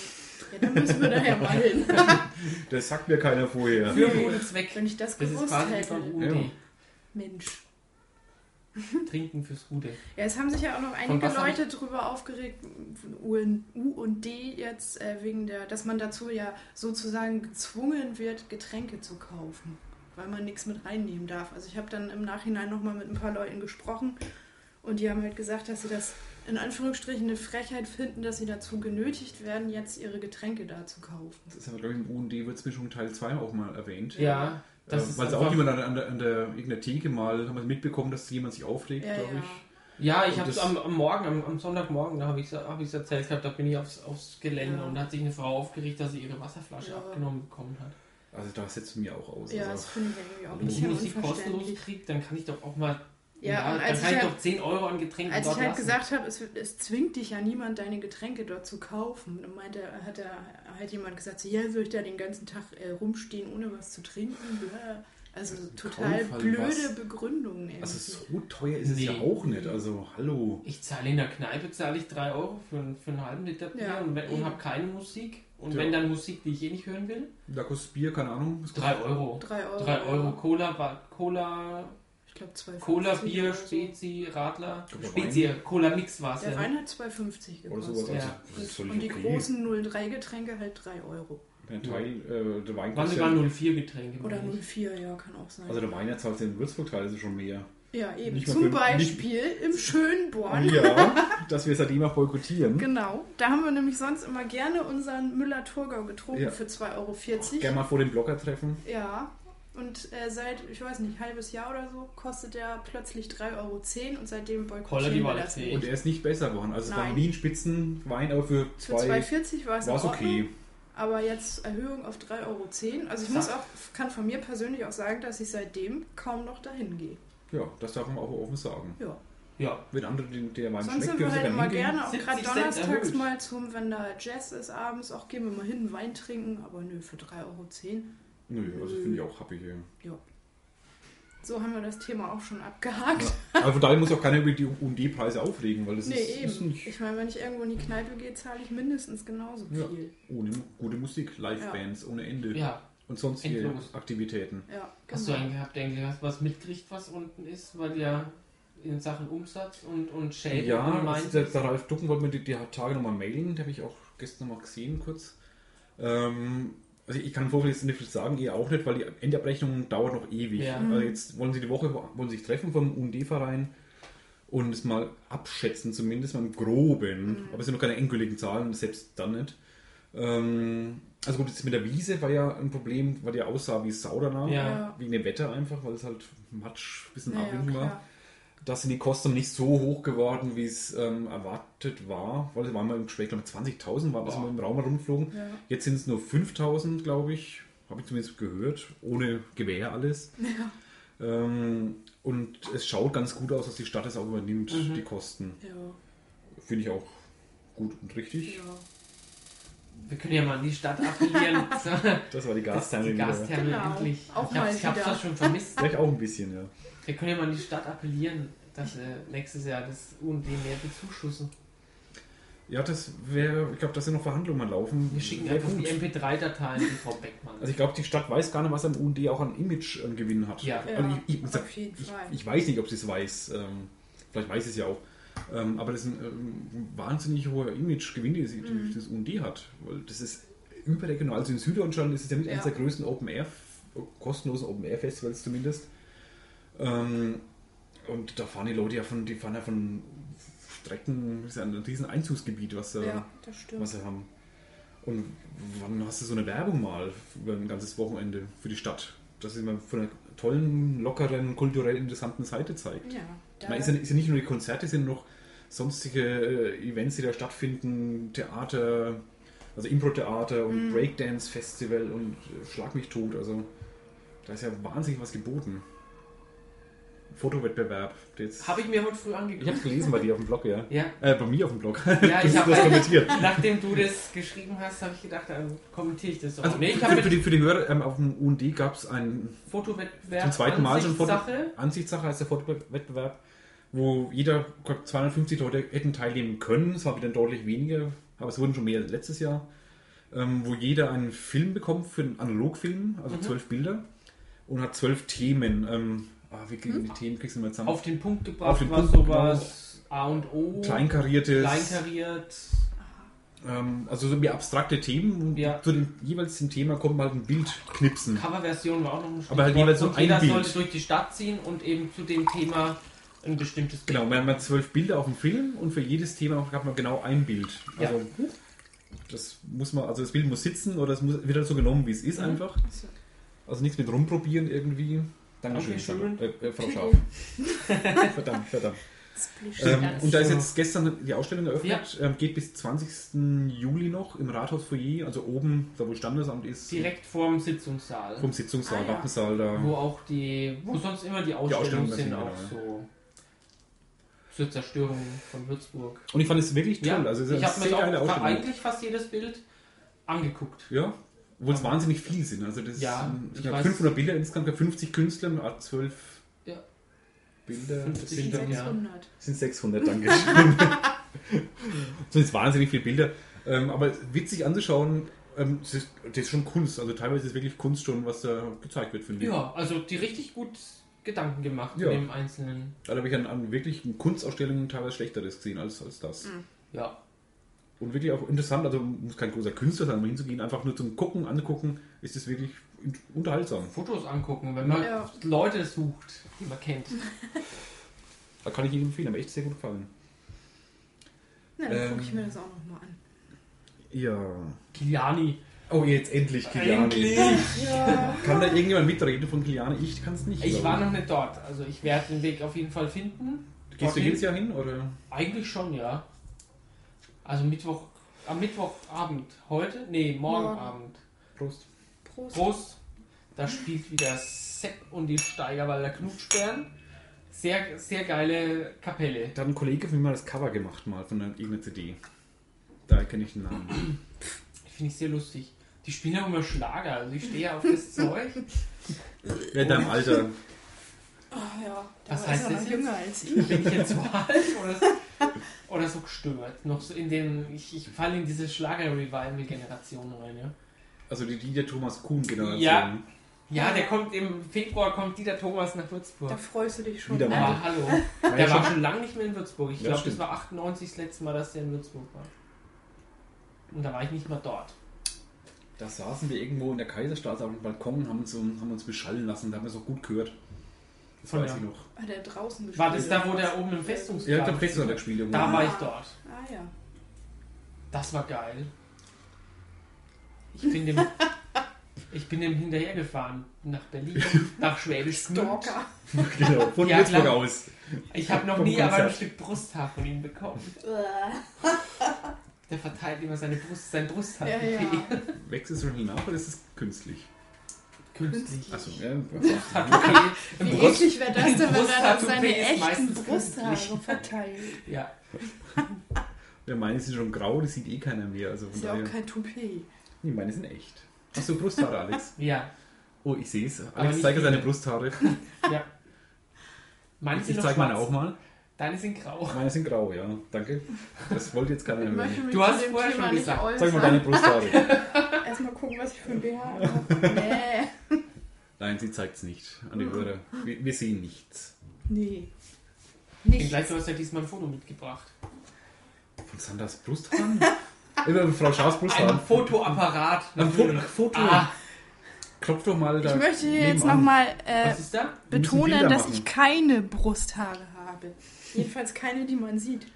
Speaker 2: Ja, dann müssen wir daher mal hin.
Speaker 3: Das sagt mir keiner vorher.
Speaker 4: Für einen guten Zweck.
Speaker 2: Wenn ich das
Speaker 4: Das ist
Speaker 2: gewusst
Speaker 4: quasi wie beim
Speaker 2: hätte.
Speaker 4: Rudi.
Speaker 2: Mensch.
Speaker 4: Trinken fürs Gute.
Speaker 2: Ja, es haben sich ja auch noch einige
Speaker 4: was hab
Speaker 2: Leute drüber aufgeregt, U U und D jetzt, äh, wegen der, dass man dazu ja sozusagen gezwungen wird, Getränke zu kaufen, weil man nichts mit reinnehmen darf. Also ich habe dann im Nachhinein nochmal mit ein paar Leuten gesprochen und die haben halt gesagt, dass sie das in Anführungsstrichen eine Frechheit finden, dass sie dazu genötigt werden, jetzt ihre Getränke da zu kaufen.
Speaker 3: Das haben wir, glaube ich, im UND Würzmischung Teil 2 auch mal erwähnt.
Speaker 4: Ja, das
Speaker 3: äh,
Speaker 4: ist
Speaker 3: weil es auch
Speaker 4: einfach-
Speaker 3: jemand an der, an der, an der irgendeiner Theke mal haben wir mitbekommen, dass jemand sich aufregt,
Speaker 2: Ja,
Speaker 3: glaube
Speaker 2: ja.
Speaker 3: ich.
Speaker 4: Ja, ich
Speaker 3: Und
Speaker 4: habe es
Speaker 3: das-
Speaker 4: am, am Morgen, am, am Sonntagmorgen, da habe ich es hab ich's erzählt gehabt, da bin ich aufs, aufs Gelände
Speaker 2: Ja.
Speaker 4: und da hat sich eine Frau aufgeregt, dass sie ihre Wasserflasche
Speaker 2: Ja.
Speaker 4: abgenommen bekommen hat.
Speaker 3: Also da setzt du mir auch aus.
Speaker 2: Ja, das
Speaker 3: also,
Speaker 2: finde ich irgendwie auch ein
Speaker 3: Wenn ich
Speaker 2: bisschen
Speaker 4: Wenn ich sie kostenlos
Speaker 2: unverständlich.
Speaker 4: kriege, dann kann ich doch auch mal.
Speaker 2: Ja, und
Speaker 4: dann
Speaker 2: als
Speaker 4: kann
Speaker 2: ich
Speaker 4: ich
Speaker 2: halt-
Speaker 4: doch 10 Euro an Getränken
Speaker 2: Als ich
Speaker 4: dort
Speaker 2: halt
Speaker 4: lassen.
Speaker 2: gesagt habe, es, es zwingt dich ja niemand, deine Getränke dort zu kaufen, dann meinte, hat da halt jemand gesagt, so, ja, soll ich da den ganzen Tag äh, rumstehen, ohne was zu trinken? Bläh. Also total
Speaker 3: Kaum Fall
Speaker 2: blöde
Speaker 3: was.
Speaker 2: Begründungen. Irgendwie.
Speaker 3: Also so teuer ist es
Speaker 4: Nee.
Speaker 3: ja auch nicht. Also hallo.
Speaker 4: Ich zahle in der Kneipe zahle ich 3 Euro für, einen- für einen halben Liter Bier
Speaker 2: Ja,
Speaker 4: und, wenn- und
Speaker 2: eben.
Speaker 4: habe keine Musik. Und
Speaker 3: Ja.
Speaker 4: wenn dann Musik, die ich eh nicht hören will,
Speaker 3: Da kostet Bier, keine Ahnung. was kostet-
Speaker 4: 3 Euro.
Speaker 2: 3 Euro.
Speaker 4: 3 Euro Cola, Wa- Cola,
Speaker 2: Ich glaube 2,50.
Speaker 4: Cola,
Speaker 2: oder
Speaker 4: Bier,
Speaker 2: so.
Speaker 4: Spezi, Radler,
Speaker 3: Guck mal,
Speaker 4: Spezi, Cola Mix war es
Speaker 2: Der
Speaker 4: ja. ne?
Speaker 2: Wein hat 2,50
Speaker 3: Oder sowas.
Speaker 2: gekostet.
Speaker 4: Ja.
Speaker 3: Also, das ist völlig
Speaker 2: Und die
Speaker 3: okay.
Speaker 2: großen 0,3-Getränke halt 3 Euro.
Speaker 3: Der Teil, äh, der Wein
Speaker 4: Waren
Speaker 3: kostet
Speaker 4: sogar
Speaker 3: ja,
Speaker 4: 04 Getränke.
Speaker 2: Oder
Speaker 4: meine ich.
Speaker 2: 0,4, ja, kann auch sein.
Speaker 3: Also der Wein zahlt ja in Würzburg teilweise schon mehr.
Speaker 2: ja, eben.
Speaker 3: nicht mal
Speaker 2: Zum
Speaker 3: für-
Speaker 2: Beispiel im Schönborn.
Speaker 3: Ja, dass wir seitdem auch boykottieren.
Speaker 2: Oh Genau, da haben wir nämlich sonst immer gerne unseren Müller-Turgau getrunken
Speaker 3: Ja.
Speaker 2: für 2,40 Euro.
Speaker 3: Gerne mal vor dem Blogger treffen.
Speaker 2: Ja, und äh, seit, ich weiß nicht, halbes Jahr oder so, kostet der plötzlich 3,10 Euro und seitdem
Speaker 4: Holla,
Speaker 2: boykottieren
Speaker 4: die
Speaker 2: wir
Speaker 4: war
Speaker 2: das
Speaker 4: zehn.
Speaker 2: nicht.
Speaker 3: Und er ist nicht besser geworden. Also es war
Speaker 2: Nein.
Speaker 3: nie ein Spitzenwein, aber für
Speaker 2: Für
Speaker 3: zwei
Speaker 2: 2,40 war es in
Speaker 3: war es
Speaker 2: Ordnung,
Speaker 3: okay.
Speaker 2: aber jetzt Erhöhung auf 3,10 Euro. Also ich muss auch, kann von mir persönlich auch sagen, dass ich seitdem kaum noch dahin gehe.
Speaker 3: Ja, das darf man auch offen sagen.
Speaker 2: Ja.
Speaker 4: Ja,
Speaker 3: Wenn andere den, der Wein
Speaker 2: Sonst sind
Speaker 3: schmeckt,
Speaker 2: wir
Speaker 3: dürfen sie
Speaker 2: halt immer
Speaker 3: gerne hingehen.
Speaker 2: gerne, auch
Speaker 4: 70
Speaker 2: gerade
Speaker 4: Cent
Speaker 2: donnerstags
Speaker 4: erhöht.
Speaker 2: mal zum, wenn da Jazz ist abends, auch gehen wir mal hin, einen Wein trinken, aber nö, für 3,10 Euro.
Speaker 3: Nö, also finde ich auch happy hier.
Speaker 2: Ja. So haben wir das Thema auch schon abgehakt.
Speaker 3: Aber von daher muss auch keiner über die UND-Preise aufregen, weil das
Speaker 2: Nee,
Speaker 3: ist, ist
Speaker 2: eben.
Speaker 3: nicht
Speaker 2: Ich meine, wenn ich irgendwo in die Kneipe gehe, zahle ich mindestens genauso
Speaker 3: Ja.
Speaker 2: viel.
Speaker 3: ohne gute Musik, Live-Bands ohne Ende
Speaker 4: ja.
Speaker 3: und sonstige
Speaker 4: Endlos.
Speaker 3: Aktivitäten.
Speaker 2: Ja, genau.
Speaker 4: Hast du einen gehabt, der irgendwie was mitkriegt, was unten ist, weil ja in Sachen Umsatz und, und Shade
Speaker 3: Ja,
Speaker 4: und
Speaker 3: also der, der Ralf Ducken wollte mir die, die Tage nochmal mailen, die habe ich auch gestern nochmal gesehen kurz. Ähm, also ich kann im Vorfeld jetzt nicht viel sagen, ihr auch nicht, weil die Endabrechnung dauert noch ewig.
Speaker 4: Ja.
Speaker 2: Mhm.
Speaker 3: Also jetzt wollen sie die Woche wollen sich treffen vom UND-Verein und es mal abschätzen, zumindest mal im Groben.
Speaker 2: Mhm.
Speaker 3: Aber es sind noch keine endgültigen Zahlen, selbst dann nicht. Ähm, also gut, jetzt mit der Wiese war ja ein Problem, weil die aussah wie Sau danach.
Speaker 4: Ja.
Speaker 3: Wegen dem Wetter einfach, weil es halt Matsch, bisschen
Speaker 2: Ja,
Speaker 3: abwinden war
Speaker 2: klar.
Speaker 3: dass sind die Kosten nicht so hoch geworden, wie es ähm, erwartet war, weil es waren mal im Gespräch, glaube ich, 20.000 war, was
Speaker 4: Boah.
Speaker 3: wir im Raum herumflogen.
Speaker 2: Ja.
Speaker 3: Jetzt sind es nur 5.000, glaube ich, habe ich zumindest gehört, ohne Gewehr alles. Ähm, und es schaut ganz gut aus, dass die Stadt es auch übernimmt,
Speaker 4: Mhm.
Speaker 3: die Kosten.
Speaker 2: Ja,
Speaker 3: Finde ich auch gut und richtig.
Speaker 2: ja.
Speaker 4: Wir können ja mal an die Stadt appellieren.
Speaker 3: Das war die Gasthermin.
Speaker 4: die
Speaker 3: Vielleicht
Speaker 4: Gastherme
Speaker 2: Genau.
Speaker 4: endlich.
Speaker 2: Auch
Speaker 4: ich hab's,
Speaker 2: mal
Speaker 4: ich hab's
Speaker 2: wieder.
Speaker 4: doch schon vermisst.
Speaker 3: auch ein bisschen, ja.
Speaker 4: Wir können ja mal an die Stadt appellieren, dass äh, nächstes Jahr das UND mehr bezuschussen.
Speaker 3: Ja, das wäre, ich glaube, das sind noch Verhandlungen am laufen.
Speaker 4: Wir schicken
Speaker 3: Wär
Speaker 4: einfach
Speaker 3: gut.
Speaker 4: die MP3-Dateien, die Frau Beckmann.
Speaker 3: Also ich glaube, die Stadt weiß gar nicht, was am UND auch an Image an Gewinn hat.
Speaker 4: Ja.
Speaker 2: Ja,
Speaker 3: Also ich, ich,
Speaker 2: auf jeden
Speaker 3: ich,
Speaker 2: Fall.
Speaker 3: ich weiß nicht, ob sie es weiß. Ähm, vielleicht weiß sie es ja auch. Ähm, aber das ist ein ähm, wahnsinnig hoher Imagegewinn, den sie-
Speaker 2: Mhm.
Speaker 3: die das UND hat. Weil das ist überregional. Also in Süddeutschland ist es ja mit
Speaker 2: Ja.
Speaker 3: eines der größten Open Air, kostenlosen Open Air Festivals zumindest. Ähm, und da fahren die Leute ja von, die fahren ja von Strecken, das ist ja ein riesen Einzugsgebiet, was ähm, da
Speaker 2: ja, das stimmt.
Speaker 3: was sie haben. Und wann hast du so eine Werbung mal über ein ganzes Wochenende für die Stadt? Dass sie mal von einer tollen, lockeren, kulturell interessanten Seite zeigt.
Speaker 2: ja, da,
Speaker 3: Man ist ja, ist ja nicht nur die Konzerte, sind noch sonstige äh, Events, die da stattfinden, Theater, also Impro-Theater und
Speaker 4: Mhm.
Speaker 3: Breakdance-Festival und äh, Schlag mich tot. Also da ist ja wahnsinnig was geboten. Fotowettbewerb. der Jetzt,
Speaker 4: Habe ich mir heute früh
Speaker 3: ich habe
Speaker 4: angeguckt.
Speaker 3: es gelesen bei dir auf dem Blog, ja.
Speaker 4: Ja.
Speaker 3: Äh, bei mir auf dem Blog.
Speaker 4: Ja, ich
Speaker 3: hast
Speaker 4: habe
Speaker 3: das kommentiert.
Speaker 4: Nachdem du das geschrieben hast, habe ich gedacht, dann kommentiere ich das doch.
Speaker 3: Also
Speaker 4: nee, ich
Speaker 3: für,
Speaker 4: habe
Speaker 3: für,
Speaker 4: mit
Speaker 3: die, für die Hörer, ähm, auf dem UND gab es einen
Speaker 4: Fotowettbewerb
Speaker 3: zum zweiten Mal schon Foto
Speaker 4: Ansichtssache.
Speaker 3: Ansichtssache heißt der Fotowettbewerb, wo jeder 250 Leute hätten teilnehmen können. Es war wieder deutlich weniger, aber es wurden schon mehr als letztes Jahr. Ähm, wo jeder einen Film bekommt für einen Analogfilm, also
Speaker 4: Mhm.
Speaker 3: zwölf Bilder und hat zwölf Themen. Ähm, ah, wie kriegen die Themen kriegst du immer zusammen?
Speaker 4: Mhm. auf den Punkt gebracht,
Speaker 3: Auf den
Speaker 4: was
Speaker 3: Punkt genau.
Speaker 4: sowas A und O,
Speaker 3: Kleinkariertes.
Speaker 4: kleinkariert.
Speaker 3: ähm, also so mehr abstrakte Themen. Und
Speaker 4: Ja.
Speaker 3: Zu dem jeweils dem Thema kommt mal ein Bild knipsen.
Speaker 4: Coverversion war auch noch ein
Speaker 3: Aber halt
Speaker 4: Stichwort.
Speaker 3: jeweils so
Speaker 4: Und
Speaker 3: ein
Speaker 4: jeder
Speaker 3: Bild.
Speaker 4: sollte durch die Stadt ziehen und eben zu dem Thema ein bestimmtes Bild.
Speaker 3: Genau, wir haben ja zwölf Bilder auf dem Film und für jedes Thema hat man genau ein Bild. Also das muss man, also das Bild muss sitzen oder es muss, wird halt so genommen, wie es
Speaker 4: Mhm.
Speaker 3: ist einfach.
Speaker 2: so.
Speaker 3: Also nichts mit rumprobieren irgendwie. Dankeschön,
Speaker 4: Dankeschön.
Speaker 3: Sandra- Äh, äh, Frau Schaaf. verdammt, verdammt.
Speaker 2: Splish.
Speaker 3: Ähm,
Speaker 2: Ja, das
Speaker 3: und da ist
Speaker 2: stimmt.
Speaker 3: jetzt gestern die Ausstellung eröffnet, ähm, geht bis 20. Juli noch im Rathausfoyer, also oben, da wo Standesamt ist,
Speaker 4: Direkt vorm Sitzungssaal,
Speaker 3: vom Sitzungssaal,
Speaker 2: Ah, ja.
Speaker 3: Wappensaal da.
Speaker 4: wo auch die, wo sonst immer die Ausstellungen
Speaker 3: Ausstellungen
Speaker 4: sind,
Speaker 3: sind, genau,
Speaker 4: auch so zur Zerstörung von Würzburg.
Speaker 3: Und ich fand es wirklich toll.
Speaker 4: Ja,
Speaker 3: also es ist
Speaker 4: ich
Speaker 3: eine
Speaker 4: habe mir
Speaker 3: sehr
Speaker 4: auch
Speaker 3: geile
Speaker 4: fa-
Speaker 3: Ausstellung.
Speaker 4: eigentlich fast jedes Bild angeguckt.
Speaker 3: Ja, Obwohl es wahnsinnig viel sind. Also das
Speaker 4: Ja,
Speaker 3: sind
Speaker 4: ich
Speaker 3: ich glaube,
Speaker 4: weiß.
Speaker 3: 500 Bilder insgesamt, ich glaub, 50 Künstler, mit A 12
Speaker 4: Ja.
Speaker 3: Bilder. Das
Speaker 4: 50
Speaker 3: sind, dann,
Speaker 4: Bilder. ja.
Speaker 2: 600.
Speaker 3: sind 600, Dankeschön. das sind wahnsinnig viele Bilder. Ähm, aber witzig anzuschauen, ähm, das, ist, das ist schon Kunst. Also teilweise ist wirklich Kunst schon, was da gezeigt wird, finde ich.
Speaker 4: Ja, also die richtig gut Gedanken gemacht
Speaker 3: Ja.
Speaker 4: in dem einzelnen.
Speaker 3: Da habe ich an, an wirklichen Kunstausstellungen teilweise Schlechteres gesehen als, als das.
Speaker 4: Ja.
Speaker 3: Und wirklich auch interessant, also muss kein großer Künstler sein, um hinzugehen, einfach nur zum Gucken, angucken, ist es wirklich in- unterhaltsam.
Speaker 4: Fotos angucken, wenn man
Speaker 2: Ja.
Speaker 4: Leute sucht, die man kennt.
Speaker 3: Da kann ich Ihnen empfehlen, hat mir echt sehr gut gefallen.
Speaker 2: Na, dann
Speaker 3: Ähm.
Speaker 2: gucke ich mir das auch nochmal an.
Speaker 3: Ja.
Speaker 4: Kiliani.
Speaker 3: Oh, jetzt endlich
Speaker 2: Ja.
Speaker 3: Kann da irgendjemand mitreden von Kiliani? Ich kann es nicht.
Speaker 4: Ich
Speaker 3: glaub
Speaker 4: war noch nicht dort. Also ich werde den Weg auf jeden Fall finden.
Speaker 3: Gehst du
Speaker 4: Dorthin?
Speaker 3: jedes Jahr hin? Oder?
Speaker 4: Eigentlich schon, ja. Also Mittwoch, am Mittwochabend. Heute? Nee, morgen
Speaker 2: Morgen.
Speaker 4: Abend.
Speaker 3: Prost.
Speaker 2: Prost.
Speaker 4: Prost. Da spielt wieder Sepp und die Steigerwalder Knutschbären. Sehr, sehr geile Kapelle.
Speaker 3: Da hat ein Kollege von mir mal das Cover gemacht, mal von einer- irgendeiner CD. Da kenne ich den Namen.
Speaker 4: Finde ich sehr lustig. Die spielen ja auch immer Schlager. Also ich stehe ja auf das Zeug.
Speaker 3: Ja, in deinem Alter.
Speaker 2: Oh, ja. Der
Speaker 4: Was
Speaker 2: ist ja
Speaker 4: heißt das
Speaker 2: noch
Speaker 4: jetzt?
Speaker 2: jünger als ich.
Speaker 4: bin ich jetzt zu alt oder so, oder so gestört. Noch so in den, ich, ich falle in diese Schlager-Revival-Generation rein, ja.
Speaker 3: Also die, die der Thomas Kuhn Generation.
Speaker 4: Ja. Ja, der kommt im Februar, kommt Dieter Thomas nach Würzburg.
Speaker 2: Da freust du dich schon.
Speaker 3: Wieder mal.
Speaker 2: ne?
Speaker 4: Aber hallo.
Speaker 3: War ja
Speaker 4: Der war
Speaker 3: schon-
Speaker 4: schon lange nicht mehr in Würzburg. Ich
Speaker 3: Ja,
Speaker 4: glaube, das
Speaker 3: stimmt.
Speaker 4: war 98 das letzte Mal, dass der in Würzburg war. Und da war ich nicht mal dort.
Speaker 3: Da saßen wir irgendwo in der Kaiserstraße auf dem Balkon und haben uns, haben uns beschallen lassen. Da haben wir es auch gut gehört. Das
Speaker 4: Von
Speaker 3: weiß
Speaker 4: der-
Speaker 3: ich noch.
Speaker 2: Ah, Hat er draußen gespielt?
Speaker 4: War das da, wo
Speaker 2: oder
Speaker 4: der
Speaker 2: was?
Speaker 4: oben im
Speaker 3: Ja, ich
Speaker 4: Festungsplatz
Speaker 3: glaube, Preston hat da gespielt. irgendwo.
Speaker 4: Da war ich dort.
Speaker 2: Ah ja.
Speaker 4: Das war geil. Ich bin dem, ich bin dem hinterhergefahren nach Berlin, nach Schwäbisch Gmünd.
Speaker 2: Stalker.
Speaker 3: genau, von
Speaker 4: Ja,
Speaker 3: Würzburg
Speaker 4: klar.
Speaker 3: aus.
Speaker 4: Ich habe noch
Speaker 3: Vom
Speaker 4: nie aber ein
Speaker 3: Konzert.
Speaker 4: Stück Brusthaar von ihm bekommen.
Speaker 2: ja,
Speaker 4: Der verteilt immer seine Brust, sein Brusthaar.
Speaker 2: ja.
Speaker 3: Wächst es schon nach oder ist es künstlich?
Speaker 4: Künstlich.
Speaker 3: Achso, ja. ja.
Speaker 4: Tattoo-
Speaker 2: Wie
Speaker 4: Ein Brust,
Speaker 2: eklig wäre das denn, wenn er dann
Speaker 4: Brusttattoo
Speaker 2: seine
Speaker 4: ist
Speaker 2: echten
Speaker 4: meistens
Speaker 2: Brusthaare
Speaker 4: künstlich.
Speaker 2: verteilt?
Speaker 4: ja.
Speaker 3: ja, meine sind schon grau, das sieht eh keiner mehr. Also von
Speaker 2: Ist ja
Speaker 3: daher.
Speaker 2: auch kein Toupet.
Speaker 3: Nee, meine sind echt. Achso, Brusthaare, Alex.
Speaker 4: ja,
Speaker 3: Oh, ich sehe es.
Speaker 4: Aber
Speaker 3: Alex,
Speaker 4: nicht
Speaker 3: zeige
Speaker 4: viele.
Speaker 3: seine Brusthaare.
Speaker 4: ja. Meine sind
Speaker 3: Ich
Speaker 4: noch
Speaker 3: zeige meine
Speaker 4: schwarz. Oh.
Speaker 3: auch mal.
Speaker 4: Deine sind grau.
Speaker 3: Meine sind grau, ja. Danke. Das wollte jetzt keiner
Speaker 2: Ich
Speaker 3: mehr.
Speaker 2: möchte
Speaker 3: hören.
Speaker 2: mich
Speaker 4: Du
Speaker 2: zu
Speaker 4: hast
Speaker 2: dem
Speaker 4: vorher
Speaker 2: Thema
Speaker 4: schon
Speaker 2: nicht
Speaker 4: gesagt.
Speaker 3: Zeig mal deine
Speaker 2: äußern.
Speaker 3: Brusthaare.
Speaker 2: Erstmal gucken, was ich für ein BH habe. Nee.
Speaker 3: Nein, sie zeigt es nicht an die Hörer. Wir, wir sehen nichts.
Speaker 2: Nee.
Speaker 4: Ich bin
Speaker 2: Nicht.
Speaker 4: gleich, du hast ja diesmal ein Foto mitgebracht.
Speaker 3: Von Sanders Brusthaaren? Immer Frau Schaas
Speaker 4: Ein
Speaker 3: Brusthaaren.
Speaker 4: Fotoapparat.
Speaker 3: Ein Foto. Foto.
Speaker 4: Ah,
Speaker 3: Klopf doch mal da.
Speaker 2: Ich möchte hier jetzt
Speaker 3: nebenan.
Speaker 2: nochmal äh,
Speaker 4: was ist da?
Speaker 3: müssen
Speaker 2: betonen,
Speaker 3: Bilder
Speaker 2: dass
Speaker 3: machen.
Speaker 2: ich keine Brusthaare habe. Jedenfalls keine, die man sieht.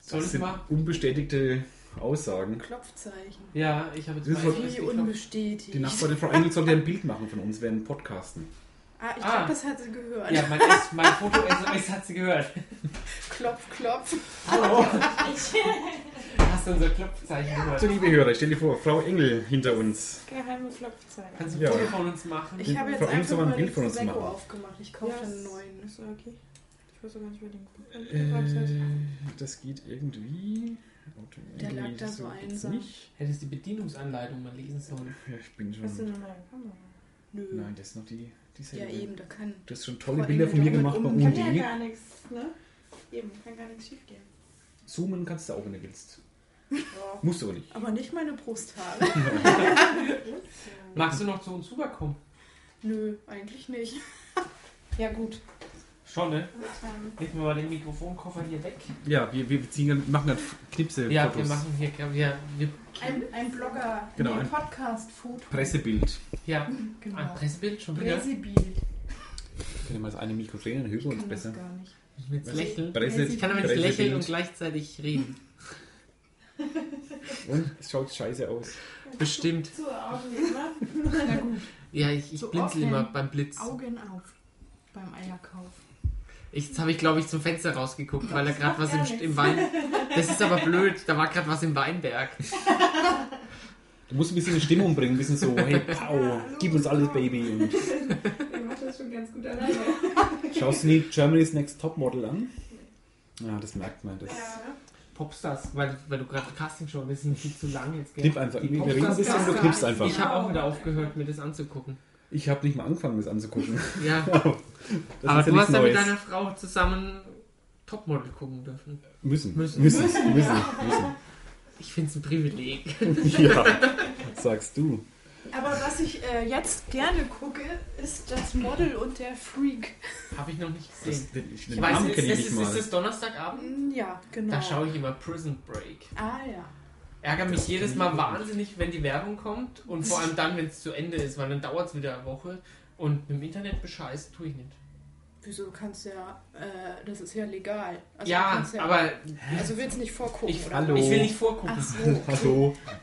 Speaker 4: Soll
Speaker 3: Das
Speaker 4: ich
Speaker 3: sind
Speaker 4: mal?
Speaker 3: unbestätigte Aussagen.
Speaker 2: Klopfzeichen.
Speaker 4: Ja, ich habe jetzt
Speaker 3: Das
Speaker 4: mal
Speaker 3: war-
Speaker 4: alles
Speaker 2: Wie
Speaker 4: geklappt.
Speaker 2: unbestätigt.
Speaker 3: Die Nachbarin, Frau Engel, sollte ein Bild machen von uns während Podcasten.
Speaker 2: Ah, ich
Speaker 4: Ah.
Speaker 2: glaube, das hat sie gehört.
Speaker 4: Ja, mein, S- mein Foto-SMS hat sie gehört.
Speaker 2: Klopf, klopf.
Speaker 4: Hallo. Hast du unser Klopfzeichen
Speaker 3: So,
Speaker 4: gehört?
Speaker 3: Also, liebe Hörer, stell dir vor, Frau Engel hinter uns.
Speaker 1: Geheime Klopfzeichen.
Speaker 4: Kannst du ein
Speaker 3: Ja.
Speaker 4: Foto von uns machen?
Speaker 2: Ich habe jetzt
Speaker 3: Frau Engel
Speaker 2: einfach
Speaker 3: soll mal
Speaker 2: mal
Speaker 3: ein Bild von
Speaker 2: den
Speaker 3: uns
Speaker 2: Prosecco
Speaker 3: machen.
Speaker 2: aufgemacht. Ich kaufe einen neuen.
Speaker 1: Ist ja okay. Ich weiß auch gar nicht, wer den gebracht hat.
Speaker 3: Äh, das geht irgendwie. Auto-
Speaker 2: halt- Der lag
Speaker 3: Nee,
Speaker 2: da
Speaker 3: das
Speaker 2: so
Speaker 3: geht's
Speaker 2: einsam.
Speaker 3: Nicht.
Speaker 4: Hättest die Bedienungsanleitung mal lesen sollen.
Speaker 3: Ja, ich bin
Speaker 1: Hast du
Speaker 3: schon.
Speaker 1: eine neue Kamera?
Speaker 2: Nö.
Speaker 3: Nein, das ist noch die.
Speaker 2: Ja,
Speaker 3: dieselbe.
Speaker 2: eben, da kann.
Speaker 3: Du hast schon tolle
Speaker 2: Frau
Speaker 3: Bilder
Speaker 2: Engel
Speaker 3: von mir
Speaker 2: doch mit
Speaker 3: gemacht bei
Speaker 2: um- Kann
Speaker 1: Kann
Speaker 3: UMD.
Speaker 1: ja gar nichts, ne? Eben, kann gar nichts schief gehen.
Speaker 3: Zoomen kannst du auch, wenn du willst. Musst du aber nicht.
Speaker 2: Aber nicht meine Brusthaare.
Speaker 4: Magst du noch zu uns rüberkommen?
Speaker 2: Nö, eigentlich nicht. Ja, gut.
Speaker 4: Schon, ne?
Speaker 1: Ähm,
Speaker 4: Legen wir mal den Mikrofonkoffer hier weg.
Speaker 3: Ja, wir, wir ziehen, gerade- machen gerade Knipse.
Speaker 4: Ja, wir machen hier, wir, wir,
Speaker 2: Ein, ein Blogger,
Speaker 3: Genau,
Speaker 2: ein
Speaker 3: ein-
Speaker 2: Podcast-Foto.
Speaker 3: Pressebild.
Speaker 4: ja, ein
Speaker 2: Genau.
Speaker 4: Pressebild schon wieder.
Speaker 2: Pressebild.
Speaker 3: Wenn wir mal das eine Mikro drehen, dann hören wir uns
Speaker 2: Kann das
Speaker 3: besser.
Speaker 2: gar nicht.
Speaker 4: Müssen wir jetzt lächeln.
Speaker 3: Presse,
Speaker 4: Ich kann aber jetzt
Speaker 3: Pressebild.
Speaker 4: lächeln und gleichzeitig reden.
Speaker 3: Und es schaut scheiße aus.
Speaker 4: Bestimmt.
Speaker 1: Zu Augen, ne?
Speaker 2: Na gut.
Speaker 4: Ja, ich, ich
Speaker 2: So
Speaker 4: blinzel
Speaker 2: offen.
Speaker 4: immer beim Blitz.
Speaker 2: Augen auf beim Eierkauf.
Speaker 4: Ich, jetzt habe ich, glaube ich, zum Fenster rausgeguckt, weil da
Speaker 1: Das
Speaker 4: gerade was
Speaker 1: macht
Speaker 4: im,
Speaker 1: gar nichts.
Speaker 4: im Wein... Das ist aber blöd, da war gerade was im Weinberg.
Speaker 3: Du musst ein bisschen eine Stimmung bringen, ein bisschen so, hey, pow, gib uns alles, Baby. Und
Speaker 1: Ihr macht das schon ganz gut alleine.
Speaker 3: schaust du nie Germany's Next Topmodel an? Ja, das merkt man. Das.
Speaker 1: Ja, ne?
Speaker 4: Popstars, weil, weil du gerade Castingshow bist, sind viel zu lang jetzt. gell?
Speaker 3: Knipp einfach.
Speaker 4: Die
Speaker 3: Wir reden ein
Speaker 4: Popstars-
Speaker 3: bisschen, du knippst einfach.
Speaker 4: Ich habe auch wieder aufgehört, mir das anzugucken.
Speaker 3: Ich habe nicht mal angefangen, das anzugucken.
Speaker 4: Ja,
Speaker 3: Das ist
Speaker 4: aber
Speaker 3: ja
Speaker 4: du
Speaker 3: nichts
Speaker 4: hast ja mit
Speaker 3: Neues.
Speaker 4: deiner Frau zusammen Topmodel gucken dürfen.
Speaker 3: Müssen.
Speaker 4: Müssen.
Speaker 3: Müssen. Müssen. Müssen. Müssen.
Speaker 4: Ich finde es ein Privileg.
Speaker 3: Ja, sagst du.
Speaker 2: Aber was ich äh, jetzt gerne gucke, ist das Model und der Freak.
Speaker 4: Habe ich noch nicht gesehen.
Speaker 3: Das, den ich
Speaker 4: Ich
Speaker 3: den
Speaker 4: weiß,
Speaker 3: Namen
Speaker 4: ist,
Speaker 3: kenne ich
Speaker 4: ist,
Speaker 3: nicht
Speaker 4: ist, ist
Speaker 3: mal.
Speaker 4: es Donnerstagabend?
Speaker 2: Mm, Ja, genau.
Speaker 4: Da schaue ich immer Prison Break.
Speaker 2: Ah ja.
Speaker 4: Ärger mich
Speaker 3: Das
Speaker 4: jedes
Speaker 3: kenn ich
Speaker 4: Mal
Speaker 3: auch
Speaker 4: wahnsinnig, wenn die Werbung kommt und vor allem dann, wenn es zu Ende ist, weil dann dauert es wieder eine Woche und im Internet bescheißen tue ich nicht.
Speaker 2: Wieso kannst du ja, äh, das ist ja legal. Also du
Speaker 4: ja,
Speaker 2: kannst ja,
Speaker 4: aber
Speaker 2: Also willst du nicht vorgucken,
Speaker 4: ich,
Speaker 2: oder?
Speaker 3: Hallo.
Speaker 4: ich will nicht vorgucken.
Speaker 2: Ach
Speaker 4: Ach,
Speaker 2: so. okay.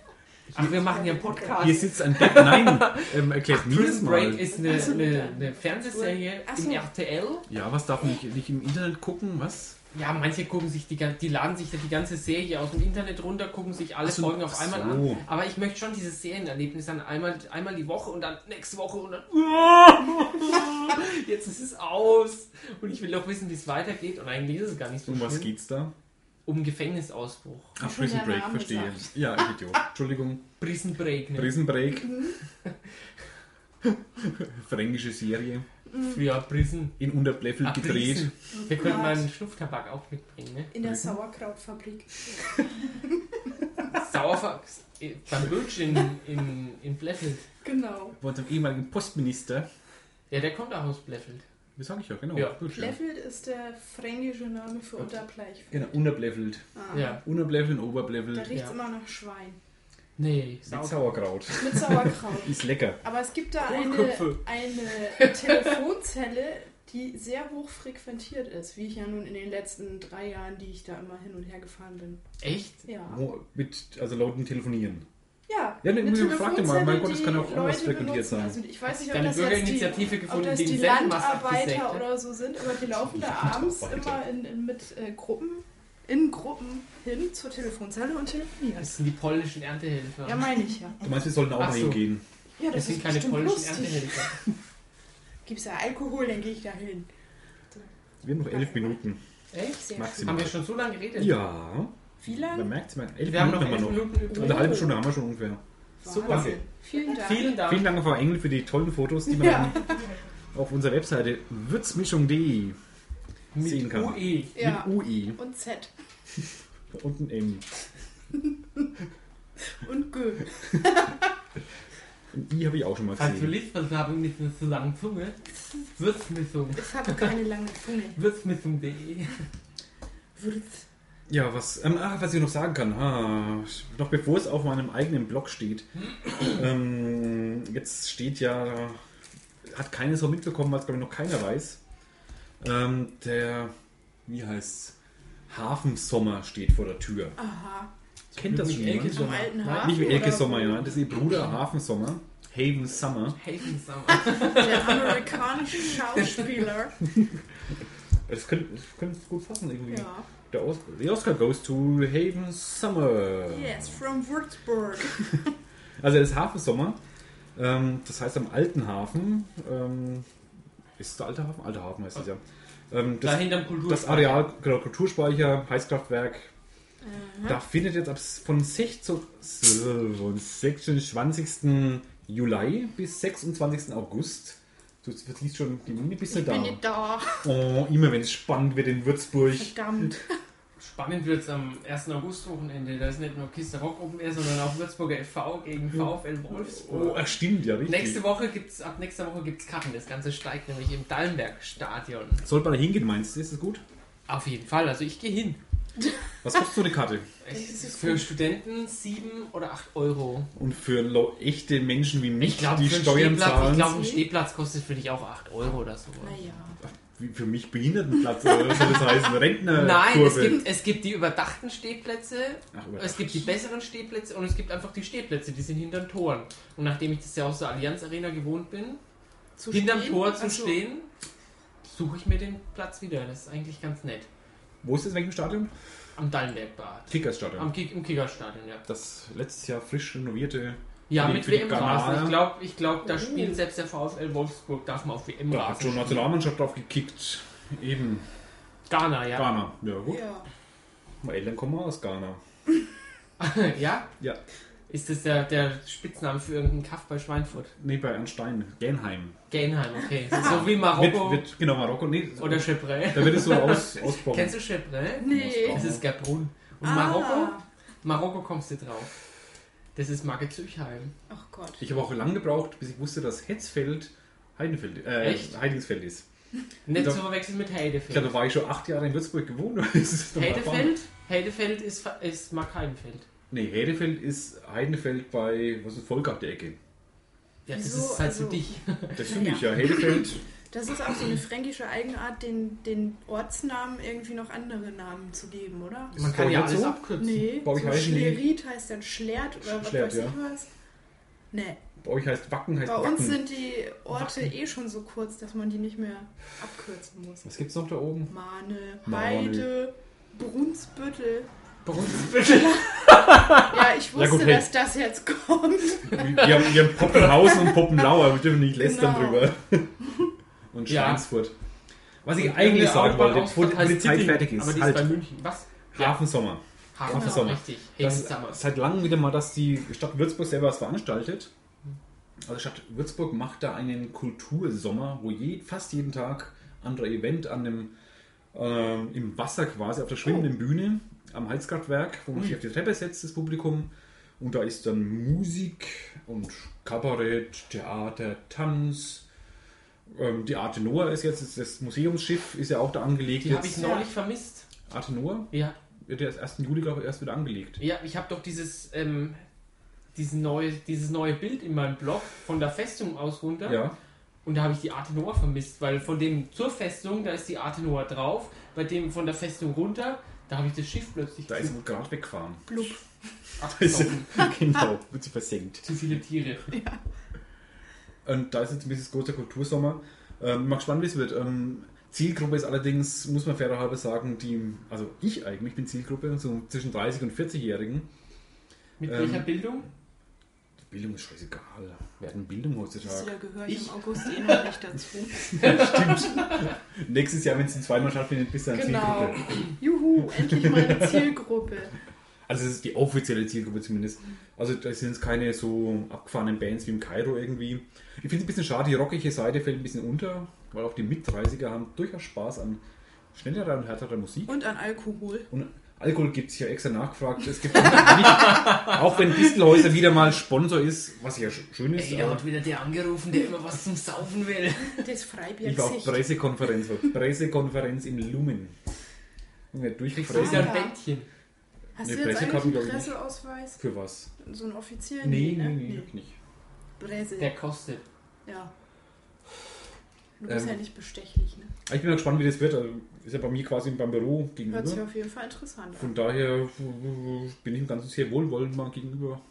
Speaker 3: Hallo.
Speaker 4: wir machen ja einen Podcast.
Speaker 3: Hier sitzt ein Depp. Nein, ähm, erklärt mir das
Speaker 4: Prison Break
Speaker 3: mal.
Speaker 4: ist eine,
Speaker 2: Ach so,
Speaker 4: eine,
Speaker 2: dann.
Speaker 4: eine Fernsehserie
Speaker 2: Ach so.
Speaker 4: im RTL.
Speaker 3: Ja, was darf man nicht, nicht im Internet gucken? Was?
Speaker 4: Ja, manche gucken sich die, gan- die laden sich da die ganze Serie aus dem Internet runter, gucken sich alle
Speaker 3: Ach so,
Speaker 4: Folgen auf
Speaker 3: ach
Speaker 4: einmal
Speaker 3: so.
Speaker 4: an. Aber ich möchte schon dieses Serienerlebnis dann einmal, einmal die Woche und dann nächste Woche und dann jetzt ist es aus und ich will doch wissen, wie es weitergeht und eigentlich ist es gar nicht so
Speaker 3: Um was
Speaker 4: schlimm.
Speaker 3: geht's da?
Speaker 4: Um Gefängnisausbruch,
Speaker 3: Ach,
Speaker 2: schon
Speaker 3: Prison
Speaker 2: der
Speaker 3: Break,
Speaker 2: Name
Speaker 3: verstehe. Ja, ich Idiot. Entschuldigung.
Speaker 4: Prison Break. Ne?
Speaker 3: Prison Break. Fränkische Serie.
Speaker 4: Ja, Prison.
Speaker 3: In Unterbleffel
Speaker 4: Ah,
Speaker 3: gedreht.
Speaker 4: Prison. Wir könnten
Speaker 2: Oh Gott.
Speaker 4: mal einen Schnupftabak auch mitbringen, ne?
Speaker 2: In der
Speaker 3: Rücken.
Speaker 2: Sauerkrautfabrik.
Speaker 4: Sauerfuck beim Bötsch in, in, in Bleffeld.
Speaker 2: Genau.
Speaker 3: Von dem ehemaligen Postminister.
Speaker 4: Ja, der kommt auch aus Bleffeld.
Speaker 3: Wie sag ich ja, genau.
Speaker 4: Ja.
Speaker 3: Gut, ja.
Speaker 2: Leffelt ist der fränkische Name für
Speaker 4: Okay.
Speaker 2: Unterbleich.
Speaker 3: Genau, unterbleffelt.
Speaker 2: Ah.
Speaker 4: Ja.
Speaker 3: Unterbleffel und
Speaker 2: Da
Speaker 3: Oberbleffel.
Speaker 2: riecht es
Speaker 4: Ja.
Speaker 2: immer nach Schwein.
Speaker 4: Nee,
Speaker 3: Mit
Speaker 4: Sauerkraut.
Speaker 3: Sauerkraut.
Speaker 2: Mit Sauerkraut.
Speaker 3: Ist lecker.
Speaker 2: Aber es gibt da eine,
Speaker 4: Kohlköpfe.
Speaker 2: eine Telefonzelle, die sehr hoch frequentiert ist, wie ich ja nun in den letzten drei Jahren, die ich da immer hin und her gefahren bin.
Speaker 4: Echt?
Speaker 2: Ja.
Speaker 3: Wo, mit, also lauten Telefonieren.
Speaker 2: Ja,
Speaker 3: Ja, ne,
Speaker 2: eine
Speaker 3: ich fragte mal, mein
Speaker 2: Telefonzelle,
Speaker 3: Gott, das
Speaker 2: die
Speaker 3: kann auch anders
Speaker 2: Leute
Speaker 3: frequentiert
Speaker 2: benutzen.
Speaker 3: sein.
Speaker 2: Also ich weiß nicht, ob
Speaker 4: Deine
Speaker 2: das jetzt die,
Speaker 4: Bürgerinitiative
Speaker 2: ob
Speaker 4: gefunden,
Speaker 2: das
Speaker 4: die
Speaker 2: die
Speaker 4: den Sendemast abgesägt ne?
Speaker 2: Landarbeiter
Speaker 4: hat.
Speaker 2: oder so sind, aber die laufen da abends immer in, in, mit äh, Gruppen, in Gruppen hin zur Telefonzelle und telefonieren.
Speaker 4: Das sind die polnischen Erntehelfer.
Speaker 2: Ja, meine ich ja.
Speaker 3: Du meinst, wir sollten auch
Speaker 4: Ach
Speaker 3: mal
Speaker 4: so.
Speaker 3: hingehen?
Speaker 2: Ja,
Speaker 4: das
Speaker 2: das
Speaker 4: sind
Speaker 2: ist
Speaker 4: keine
Speaker 2: bestimmt
Speaker 4: polnischen
Speaker 2: lustig.
Speaker 4: Erntehelfer.
Speaker 2: Gibt's da Alkohol, dann gehe ich da hin.
Speaker 3: Wir haben noch elf Minuten.
Speaker 4: Echt?
Speaker 2: Sehr
Speaker 3: Maximal.
Speaker 4: Haben wir schon so lange geredet?
Speaker 3: Ja,
Speaker 2: Wie
Speaker 3: man
Speaker 2: lange?
Speaker 3: merkt es, man elf
Speaker 4: Wir haben noch
Speaker 3: Minuten haben wir
Speaker 4: elf
Speaker 3: noch.
Speaker 4: Minuten übrig.
Speaker 3: Eine halbe Stunde haben wir schon ungefähr.
Speaker 4: Super.
Speaker 2: Wahnsinn. Vielen Dank.
Speaker 4: Vielen Dank.
Speaker 3: Vielen Dank, Frau Engel, für die tollen Fotos, die man
Speaker 2: Ja.
Speaker 3: auf unserer Webseite würzmischung.de sehen
Speaker 4: Mit E.
Speaker 3: kann.
Speaker 4: UE.
Speaker 2: Ja.
Speaker 3: Mit UI
Speaker 2: Und Z.
Speaker 3: und ein M.
Speaker 2: Und G.
Speaker 3: Ein I habe ich auch schon mal
Speaker 4: Falls du
Speaker 3: gesehen.
Speaker 4: Lispelfarben mit einer zu langen Zunge, Würzmissung.
Speaker 2: Ich habe keine lange Zunge.
Speaker 4: Würzmissung.de
Speaker 2: Würz.
Speaker 3: Ja, was, ähm, ah, was ich noch sagen kann, ah, noch bevor es auf meinem eigenen Blog steht, ähm, jetzt steht ja, hat keiner so mitbekommen, weil es glaube ich noch keiner weiß, ähm, der, wie heißt's, Hafensommer steht vor der Tür.
Speaker 2: Aha.
Speaker 3: Kennt das schon
Speaker 4: Elke
Speaker 3: jemand?
Speaker 2: Vom
Speaker 4: Sommer.
Speaker 2: alten
Speaker 4: Nein,
Speaker 2: Hafen.
Speaker 3: Nicht wie Elke
Speaker 2: oder
Speaker 3: Sommer, ja, das ist ihr Bruder Hafensommer, Haven Summer.
Speaker 4: Haven Summer.
Speaker 2: Der amerikanische Schauspieler.
Speaker 3: Das könnte das könnte es gut fassen irgendwie.
Speaker 2: Ja.
Speaker 3: Der Os the Oscar goes to Haven Summer.
Speaker 2: Yes, from Würzburg.
Speaker 3: Also es ist Hafensommer. Ähm, das heißt am alten Hafen. Ähm, ist es der alte Hafen? Alte Hafen heißt es ja. Ähm,
Speaker 4: Da
Speaker 3: das,
Speaker 4: hinterm Kultur.
Speaker 3: das Areal, genau, Kulturspeicher, Heizkraftwerk. Da findet jetzt ab von 16, von 26. Juli bis 26. August. Du verziehst schon die Mine, bist du
Speaker 2: Ich bin
Speaker 3: da?
Speaker 2: nicht da.
Speaker 3: Oh, immer wenn es spannend wird in Würzburg.
Speaker 2: Verdammt.
Speaker 4: Spannend wird es am 1. August-Wochenende. Da ist nicht nur Kiste Rock Open Air, sondern auch Würzburger FV gegen VfL
Speaker 3: Oh,
Speaker 4: Wolfsburg.
Speaker 3: ach, stimmt, ja, richtig.
Speaker 4: Nächste Woche gibt's, ab nächster Woche gibt es Karten. Das Ganze steigt nämlich im Dallenberg-Stadion.
Speaker 3: Sollte man da hingehen, meinst du? Ist das gut?
Speaker 4: Auf jeden Fall, also ich gehe hin.
Speaker 3: Was kostet so eine Karte?
Speaker 4: Ich,
Speaker 2: ist es
Speaker 4: für Studenten 7 oder 8 Euro.
Speaker 3: Und für lau- echte Menschen wie mich,
Speaker 4: Ich glaube,
Speaker 3: die
Speaker 4: für einen
Speaker 3: Steuern
Speaker 4: Stehplatz, ich
Speaker 3: zahlen.
Speaker 4: glaube, ein Stehplatz kostet für dich auch 8 Euro oder so.
Speaker 2: Naja.
Speaker 3: wie für mich Behindertenplatz, oder was soll das heißen? Rentner.
Speaker 4: Nein, es gibt, es gibt die überdachten Stehplätze,
Speaker 3: Ach, überdacht.
Speaker 4: es gibt die besseren Stehplätze und es gibt einfach die Stehplätze, die sind hinterm Toren. Und nachdem ich das ja aus der Allianz Arena gewohnt bin,
Speaker 2: Zu
Speaker 4: hinterm
Speaker 2: stehen?
Speaker 4: Tor zu
Speaker 2: Ach so.
Speaker 4: stehen, suche ich mir den Platz wieder. Das ist eigentlich ganz nett.
Speaker 3: Wo ist das, in welchem Stadion?
Speaker 4: Am Dallenbergbad.
Speaker 3: Kickersstadion.
Speaker 4: Am Kick, Im Kickerstadion, ja.
Speaker 3: Das letztes Jahr frisch renovierte.
Speaker 4: Ja,
Speaker 3: Für die-
Speaker 4: mit
Speaker 3: für die
Speaker 4: WM-Rasen.
Speaker 3: Kanadier.
Speaker 4: Ich glaube, ich glaub, da spielt selbst der VfL Wolfsburg, darf man auf
Speaker 3: Da hat
Speaker 4: WM-Rasen
Speaker 3: schon
Speaker 4: spielen.
Speaker 3: Nationalmannschaft drauf gekickt. Eben.
Speaker 4: Ghana, ja.
Speaker 3: Ghana. Ja, gut.
Speaker 2: Ja.
Speaker 3: Meine Eltern kommen aus Ghana.
Speaker 4: ja?
Speaker 3: Ja.
Speaker 4: Ist das der, der Spitzname für irgendeinen Kaff bei Schweinfurt?
Speaker 3: Nee, bei Anstein. Genheim.
Speaker 4: Genheim, okay. Das ist so wie
Speaker 3: Wird,
Speaker 4: Marokko
Speaker 3: wird, genau, Marokko. Nee,
Speaker 4: oder Chevrel.
Speaker 3: da wird es so aus, ausbauen.
Speaker 4: Kennst du Chevrel?
Speaker 2: Nee.
Speaker 4: Das ist Gabrun. Und
Speaker 2: Ah.
Speaker 4: Marokko? Marokko kommst du drauf. Das ist Marke Züchheim.
Speaker 2: Ach Gott.
Speaker 3: Ich habe auch lange gebraucht, bis ich wusste, dass Hetzfeld Heidenfeld, äh,
Speaker 4: Echt?
Speaker 3: Heidingsfeld ist.
Speaker 4: Nicht
Speaker 3: Da-
Speaker 4: zu verwechseln mit
Speaker 3: Ich glaube,
Speaker 4: Heidefeld.
Speaker 3: da war ich schon acht Jahre in Würzburg gewohnt. Das ist doch mal erfahren.
Speaker 4: Heidefeld? Heidefeld ist, fa- ist Mark Heidenfeld.
Speaker 3: Nee, Hedefeld ist Heidenfeld bei, was ist Volk der Ecke?
Speaker 4: Ja, das
Speaker 2: Wieso?
Speaker 4: ist halt
Speaker 2: Also-
Speaker 4: für dich.
Speaker 3: Das finde ich ja. Hedefeld,
Speaker 2: Das ist auch so eine fränkische Eigenart, den, den Ortsnamen irgendwie noch andere Namen zu geben, oder?
Speaker 3: Ist
Speaker 4: Man
Speaker 3: es
Speaker 4: kann
Speaker 3: doch
Speaker 4: ja
Speaker 3: jetzt
Speaker 4: alles
Speaker 3: so?
Speaker 4: abkürzen.
Speaker 2: Nee,
Speaker 3: Bei euch
Speaker 2: so
Speaker 3: heißen die-
Speaker 2: Schlerit heißt dann Schlert oder was
Speaker 3: Schlert,
Speaker 2: weiß
Speaker 3: ja.
Speaker 2: ich was. Nee,
Speaker 3: bei euch heißt Wacken, heißt
Speaker 2: bei
Speaker 3: Wacken.
Speaker 2: uns sind die Orte
Speaker 4: Wacken.
Speaker 2: eh schon so kurz, dass man die nicht mehr abkürzen muss.
Speaker 3: was gibt's noch da oben?
Speaker 2: Mahne,
Speaker 3: Mahne.
Speaker 2: Heide, Brunsbüttel.
Speaker 4: Brunsbüttel.
Speaker 2: Ja, ich
Speaker 3: Ja,
Speaker 2: wusste,
Speaker 3: gut, hey.
Speaker 2: dass das jetzt kommt.
Speaker 3: Wir haben, wir haben Poppenhausen und Poppenlauer, wir dürfen nicht lästern
Speaker 2: Genau.
Speaker 3: drüber. Und
Speaker 4: Ja.
Speaker 3: Schweinsfurt. Was ich
Speaker 4: Und
Speaker 3: eigentlich
Speaker 4: irgendwie
Speaker 3: sagen
Speaker 4: auch mal
Speaker 3: wollte,
Speaker 4: aus-
Speaker 3: bevor die
Speaker 4: heißt
Speaker 3: also Zeit
Speaker 4: Sitting,
Speaker 3: fertig
Speaker 4: Aber
Speaker 3: ist,
Speaker 4: die ist bei
Speaker 3: halt
Speaker 4: München. Was?
Speaker 3: Hafensommer.
Speaker 4: Hafen
Speaker 2: Genau.
Speaker 4: Sommer. Richtig.
Speaker 3: Das
Speaker 4: Hafen
Speaker 3: ist
Speaker 4: Sommer.
Speaker 3: seit langem wieder mal, dass die Stadt Würzburg selber was veranstaltet. Also die Stadt Würzburg macht da einen Kultursommer, wo je, fast jeden Tag andere Event an dem, ähm, im Wasser quasi, auf der schwimmenden Bühne, am Heizkraftwerk, wo man sich auf die Treppe setzt, das Publikum. Und da ist dann Musik und Kabarett, Theater, Tanz. Ähm, die Arte Noah ist jetzt, das Museumsschiff ist ja auch da angelegt.
Speaker 4: Die habe ich
Speaker 3: jetzt.
Speaker 4: neulich vermisst.
Speaker 3: Arte Noah
Speaker 4: Ja,
Speaker 3: wird ja erst 1. Juli, glaube ich, erst wieder angelegt.
Speaker 4: Ja, ich habe doch dieses, ähm, dieses, neue, dieses neue Bild in meinem Blog von der Festung aus runter.
Speaker 3: ja.
Speaker 4: Und da habe ich die Arte Noah vermisst, weil von dem zur Festung, da ist die Arte Noah drauf. Bei dem von der Festung runter, da habe ich das Schiff plötzlich
Speaker 3: Da ist er gerade weggefahren.
Speaker 2: Blub.
Speaker 4: abgezogen.
Speaker 3: genau, wird sie versenkt.
Speaker 4: Zu viele Tiere.
Speaker 3: Und da ist jetzt ein bisschen großer Kultursommer. Ähm, mal gespannt, wie es wird. Ähm, Zielgruppe ist allerdings, muss man fairerhalber sagen, die, also ich eigentlich bin Zielgruppe, so zwischen 30 und 40-Jährigen.
Speaker 4: Mit
Speaker 3: Ähm,
Speaker 4: welcher Bildung?
Speaker 3: Die Bildung ist scheißegal. Wir hatten Bildung
Speaker 2: Siehst du,
Speaker 3: heutzutage.
Speaker 2: da gehöre
Speaker 4: Ich-
Speaker 2: ich im August eh noch nicht dazu.
Speaker 3: Nächstes Jahr, wenn es in zweimal stattfindet, bist du eine
Speaker 2: Genau.
Speaker 3: Zielgruppe.
Speaker 2: Juhu, endlich mal eine Zielgruppe.
Speaker 3: Also das ist die offizielle Zielgruppe zumindest. Also da sind es keine so abgefahrenen Bands wie im Kairo irgendwie. Ich finde es ein bisschen schade, die rockige Seite fällt ein bisschen unter, weil auch die Mit-30er haben durchaus Spaß an schnellerer und härterer Musik.
Speaker 2: Und an Alkohol.
Speaker 3: Und Alkohol gibt es ja extra nachgefragt. Es gibt nicht, auch wenn Distelhäuser wieder mal Sponsor ist, was ja sch- schön ist.
Speaker 4: Ey, da
Speaker 3: aber
Speaker 4: hat wieder der angerufen, der immer was zum Saufen will.
Speaker 2: Das Freibier
Speaker 3: ich war auf Pressekonferenz, auf Pressekonferenz im Lumen. Und wir
Speaker 4: Kriegst du wieder
Speaker 3: durchgefressen.
Speaker 4: ein Bändchen?
Speaker 2: Hast
Speaker 3: Nee,
Speaker 2: du jetzt
Speaker 3: Pressekarten
Speaker 2: eigentlich einen
Speaker 3: glaub ich nicht.
Speaker 2: Presseausweis?
Speaker 3: Für was?
Speaker 2: So einen offiziellen?
Speaker 3: Nee, nee,
Speaker 2: ne?
Speaker 3: nee, nee. nicht.
Speaker 2: Presse.
Speaker 4: Der kostet.
Speaker 2: Ja. Du bist
Speaker 3: Ähm,
Speaker 2: ja nicht bestechlich, ne?
Speaker 3: Aber Ich bin mal gespannt, wie das wird. Also, ist ja bei mir quasi beim Büro gegenüber.
Speaker 2: Hört sich auf jeden Fall interessant an.
Speaker 3: Von daher bin ich im Ganzen sehr wohlwollend mal gegenüber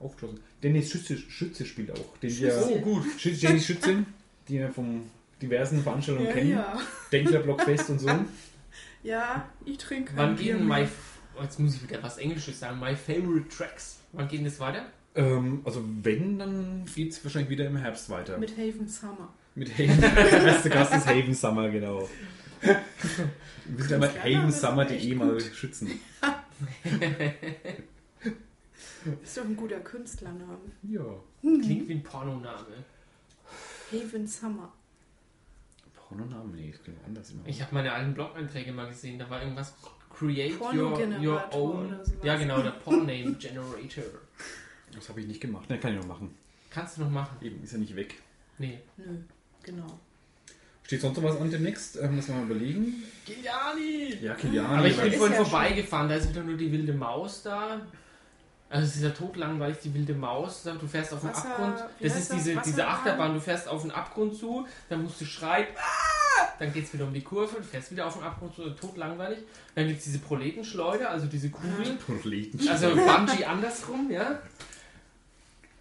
Speaker 3: aufgeschlossen. Dennis Schütze, Schütze spielt auch. Den
Speaker 2: Schütze.
Speaker 3: Wir, gut. Schütze, Dennis Schütze, die wir von diversen Veranstaltungen
Speaker 2: Ja,
Speaker 3: kennen.
Speaker 2: ja.
Speaker 3: Denklerblockfest und so.
Speaker 2: Ja, ich trinke kein
Speaker 4: Wann
Speaker 2: Bier
Speaker 4: gehen
Speaker 2: mehr.
Speaker 4: my... Oh, Jetzt muss ich wieder was Englisches sagen. My favorite tracks. Wann geht das weiter?
Speaker 3: Ähm, also wenn, dann geht es wahrscheinlich wieder im Herbst weiter.
Speaker 2: Mit Haven Summer.
Speaker 3: Mit Haven. Der beste Gast ist Haven Summer, genau. Wir müssen einmal
Speaker 2: Klingt kleiner, aber
Speaker 3: havensummer.de
Speaker 2: echt
Speaker 3: eh mal schützen.
Speaker 2: Ist doch ein guter ne? Künstlername.
Speaker 3: Ja.
Speaker 2: Mhm.
Speaker 4: Klingt wie ein Pornoname.
Speaker 2: Haven Summer.
Speaker 3: Pornonamen? Nee, das klingt anders immer.
Speaker 4: Ich habe meine alten Blog-Einträge mal gesehen, da war irgendwas Create your, your
Speaker 2: Pornogenerator
Speaker 4: own.
Speaker 2: oder sowas.
Speaker 4: Ja, genau, der Porn-Name Generator.
Speaker 3: Das habe ich nicht gemacht. Ne, kann ich noch machen.
Speaker 4: Kannst du noch machen?
Speaker 3: Eben, ist ja nicht weg.
Speaker 4: Nee.
Speaker 2: Nö, genau.
Speaker 3: Steht sonst noch was an demnächst? Ähm, müssen wir mal überlegen.
Speaker 4: Giuliani!
Speaker 3: Ja, Kilian.
Speaker 4: Ah, Aber ich
Speaker 2: aber
Speaker 4: bin
Speaker 2: ist
Speaker 4: vorhin
Speaker 2: ja
Speaker 4: vorbeigefahren, da ist wieder nur die wilde Maus da. Also es ist ja totlangweilig, die wilde Maus. Du fährst auf den
Speaker 2: Wasser-
Speaker 4: Abgrund.
Speaker 2: wie
Speaker 4: Das
Speaker 2: heißt
Speaker 4: ist
Speaker 2: das?
Speaker 4: diese, diese
Speaker 2: Wasserbahn?
Speaker 4: Achterbahn, du fährst auf den Abgrund zu, dann musst du schreien. "Ah!" Dann geht's wieder um die Kurve, du fährst wieder auf den Abgrund zu, totlangweilig. Dann gibt's diese Proletenschleuder, also diese Kugel. Also Bungee andersrum, ja.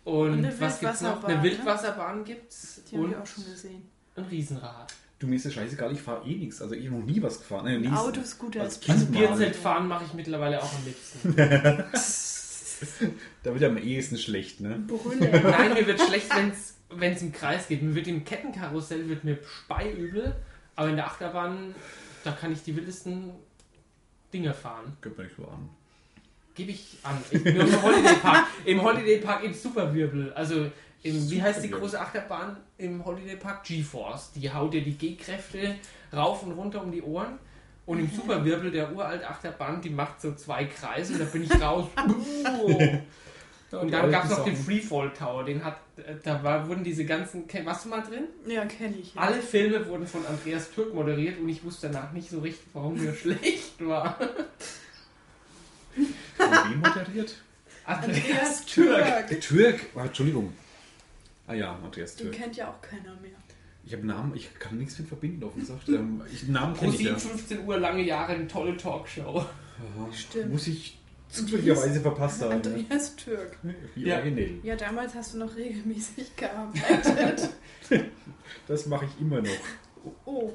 Speaker 4: Und,
Speaker 2: eine
Speaker 4: was gibt's noch?
Speaker 2: Wildwasserbahn,
Speaker 4: Eine
Speaker 2: ne?
Speaker 4: Wildwasserbahn gibt's
Speaker 2: Die haben
Speaker 4: und
Speaker 2: wir auch schon gesehen.
Speaker 4: ein Riesenrad.
Speaker 3: Du mir ist das scheißegal, ich fahre eh nichts. Also ich habe noch nie was gefahren. Äh, nie-
Speaker 2: Autoscooter
Speaker 3: als
Speaker 2: ist
Speaker 3: Kind
Speaker 2: Platz.
Speaker 3: mal.
Speaker 4: Bierzeltfahren Also mache ich mittlerweile auch am liebsten.
Speaker 3: Da wird ja am ehesten schlecht, ne?
Speaker 2: Brüller.
Speaker 4: Nein, mir wird schlecht, wenn's wenn's im Kreis geht. Mir wird im Kettenkarussell wird mir speiübel, aber in der Achterbahn da kann ich die wildesten Dinge fahren.
Speaker 3: Gibt mir nicht so an.
Speaker 4: Gebe ich an. Ich bin im Holiday Park. Im Holiday Park im Superwirbel. Also, im, wie heißt
Speaker 3: Superwirbel.
Speaker 4: die große Achterbahn im Holiday Park? G-Force. Die haut dir die G-Kräfte rauf und runter um die Ohren. Und im Superwirbel der uralt Achterbahn, die macht so zwei Kreise und da bin ich raus. Und dann gab es noch den Freefall Tower, den hat, äh, da war, wurden diese ganzen, kenn- warst du mal drin?
Speaker 2: Ja, kenne ich.
Speaker 4: Alle Filme wurden von Andreas Türk moderiert und ich wusste danach nicht so richtig, warum mir schlecht war.
Speaker 3: Von wem moderiert?
Speaker 4: Also, Andreas Türk.
Speaker 3: Der Türk. Oh, Entschuldigung. Ah ja, Andreas
Speaker 2: Den
Speaker 3: Türk.
Speaker 2: kennt ja auch keiner mehr.
Speaker 3: Ich habe Namen, ich kann nichts mit verbinden, offen gesagt.
Speaker 4: Hm.
Speaker 3: Ähm, ich, Namen
Speaker 4: Pro
Speaker 3: kenne ich ja.
Speaker 4: 7, 15 Uhr lange Jahre eine tolle Talkshow.
Speaker 3: Aha.
Speaker 2: Stimmt.
Speaker 3: Muss ich zufälligerweise verpasst haben. ne?
Speaker 2: Andreas Türk.
Speaker 3: Wie
Speaker 4: Ja.
Speaker 3: originell.
Speaker 2: Ja, damals hast du noch regelmäßig gehabt.
Speaker 3: Das mache ich immer noch.
Speaker 2: Oh,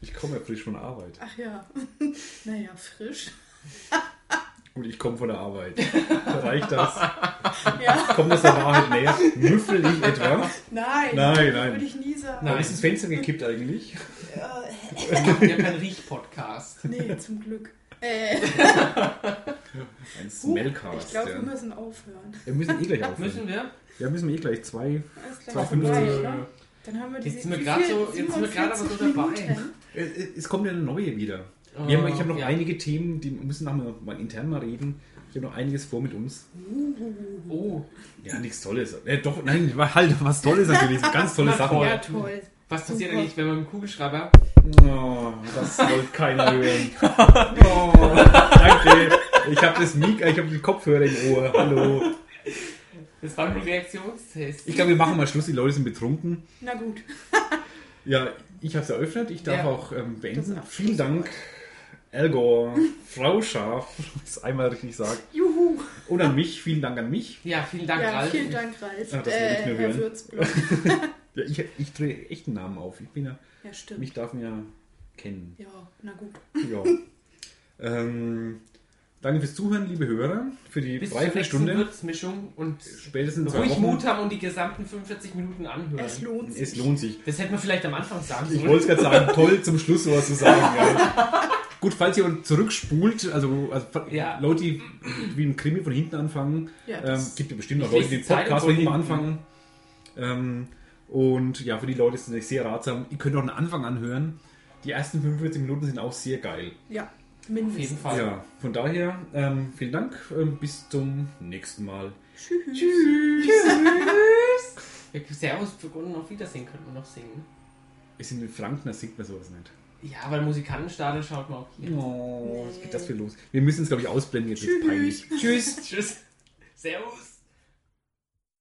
Speaker 3: Ich komme ja frisch von der Arbeit.
Speaker 2: ach ja. Naja, frisch.
Speaker 3: Gut, ich komme von der Arbeit. Reicht das?
Speaker 2: Ja,
Speaker 3: Kommt das der Wahrheit näher? Müffel ich etwa?
Speaker 2: nein.
Speaker 3: Nein, nein.
Speaker 2: Würde ich nie sagen.
Speaker 3: Warum
Speaker 4: Nein.
Speaker 3: ist das Fenster gekippt eigentlich?
Speaker 2: Äh,
Speaker 4: Wir machen ja keinen Riech-Podcast.
Speaker 2: nee, zum Glück. Äh,
Speaker 3: Ein
Speaker 2: Huch,
Speaker 3: Smellcast.
Speaker 2: ich glaube, wir
Speaker 3: ja.
Speaker 2: müssen aufhören.
Speaker 3: Wir müssen eh gleich aufhören.
Speaker 4: Müssen wir?
Speaker 3: Ja, müssen wir eh gleich zwei.
Speaker 2: Alles
Speaker 3: Zwei
Speaker 2: gleich vorbei,
Speaker 3: Fünfzehn.
Speaker 2: ne? Dann haben wir diese
Speaker 4: Jetzt sind wir
Speaker 2: wie
Speaker 4: grad
Speaker 2: viel?
Speaker 4: so- jetzt sind wir grad aber so
Speaker 2: 47
Speaker 4: dabei.
Speaker 2: Minuten?
Speaker 3: Äh, äh, Es kommt ja eine neue wieder.
Speaker 2: Oh,
Speaker 3: Wir haben, ich habe noch
Speaker 4: Ja.
Speaker 3: einige Themen, die müssen nachher noch mal intern mal reden. Ich habe noch einiges vor mit uns.
Speaker 4: Oh,
Speaker 3: Ja, nichts Tolles. Äh, doch, nein, halt, was Tolles natürlich. Ganz tolle
Speaker 4: Na
Speaker 3: Sachen.
Speaker 2: Ja, toll.
Speaker 4: was passiert
Speaker 2: Super.
Speaker 4: eigentlich, wenn man mit dem Kugelschreiber
Speaker 3: Oh, das wollte keiner hören. Oh, danke. Ich habe das Mic, ich habe die Kopfhörer im Ohr. Hallo.
Speaker 4: Das war nur ein Reaktionstest.
Speaker 3: Ich glaube, wir machen mal Schluss. Die Leute sind betrunken.
Speaker 2: Na gut.
Speaker 3: Ja, ich habe es eröffnet. Ich darf
Speaker 4: Ja.
Speaker 3: auch ähm,
Speaker 2: Das ist
Speaker 3: beenden.
Speaker 2: auch
Speaker 3: Vielen Dank, Elgor, Frau Schaf, wenn ich es einmal richtig sage.
Speaker 2: Juhu.
Speaker 3: Und an mich. Vielen Dank an mich.
Speaker 4: Ja, vielen Dank,
Speaker 2: ja,
Speaker 4: Ralf.
Speaker 2: vielen Dank, Ralf.
Speaker 3: Ah, das will ich
Speaker 2: äh,
Speaker 3: mir
Speaker 2: Herr
Speaker 3: hören.
Speaker 2: Würzblock.
Speaker 3: Ja, ich ich drehe echt einen Namen auf. Ich bin ja,
Speaker 2: Ja, stimmt.
Speaker 3: mich darf man ja kennen.
Speaker 2: Ja, na gut.
Speaker 3: Ja. ähm, danke fürs Zuhören, liebe Hörer, für die
Speaker 4: Bis zur nächsten
Speaker 3: Dreiviertelstunde.
Speaker 4: Würzmischung und
Speaker 3: Spätestens zwei
Speaker 4: ruhig
Speaker 3: Wochen.
Speaker 4: Mut haben und die gesamten 45 Minuten anhören.
Speaker 2: Es lohnt sich.
Speaker 3: Es lohnt sich.
Speaker 4: Das hätte man vielleicht am Anfang sagen
Speaker 3: Ich
Speaker 4: sollen.
Speaker 3: wollte es gerade sagen, toll zum Schluss sowas zu sagen. Ja. Gut, falls ihr uns zurückspult, also, also
Speaker 4: Ja.
Speaker 3: Leute, die wie ein Krimi von hinten anfangen,
Speaker 2: Ja,
Speaker 3: ähm,
Speaker 2: das-
Speaker 3: gibt ja bestimmt noch
Speaker 4: Ich
Speaker 3: Leute,
Speaker 4: lese
Speaker 3: die den
Speaker 4: die Zeitung
Speaker 3: Podcast
Speaker 4: von
Speaker 3: von hinten
Speaker 4: hinten.
Speaker 3: anfangen. Ähm, und ja, für die Leute ist es natürlich sehr ratsam. Ihr könnt auch einen Anfang anhören. Die ersten 45 Minuten sind auch sehr geil.
Speaker 2: Ja,
Speaker 4: Auf jeden
Speaker 2: mindestens.
Speaker 4: Fall.
Speaker 3: Ja, von daher, ähm, vielen Dank. Ähm, bis zum nächsten Mal.
Speaker 4: Wir Servus begonnen auf Wiedersehen könnten wir noch singen.
Speaker 3: Ist in Franken, da singt man sowas nicht.
Speaker 4: Ja, weil Musikantenstadel schaut man auch hier.
Speaker 3: Oh, was geht das für los? Wir müssen es, glaube ich, ausblenden. Jetzt wird's peinlich.
Speaker 4: Tschüss. Tschüss. Servus.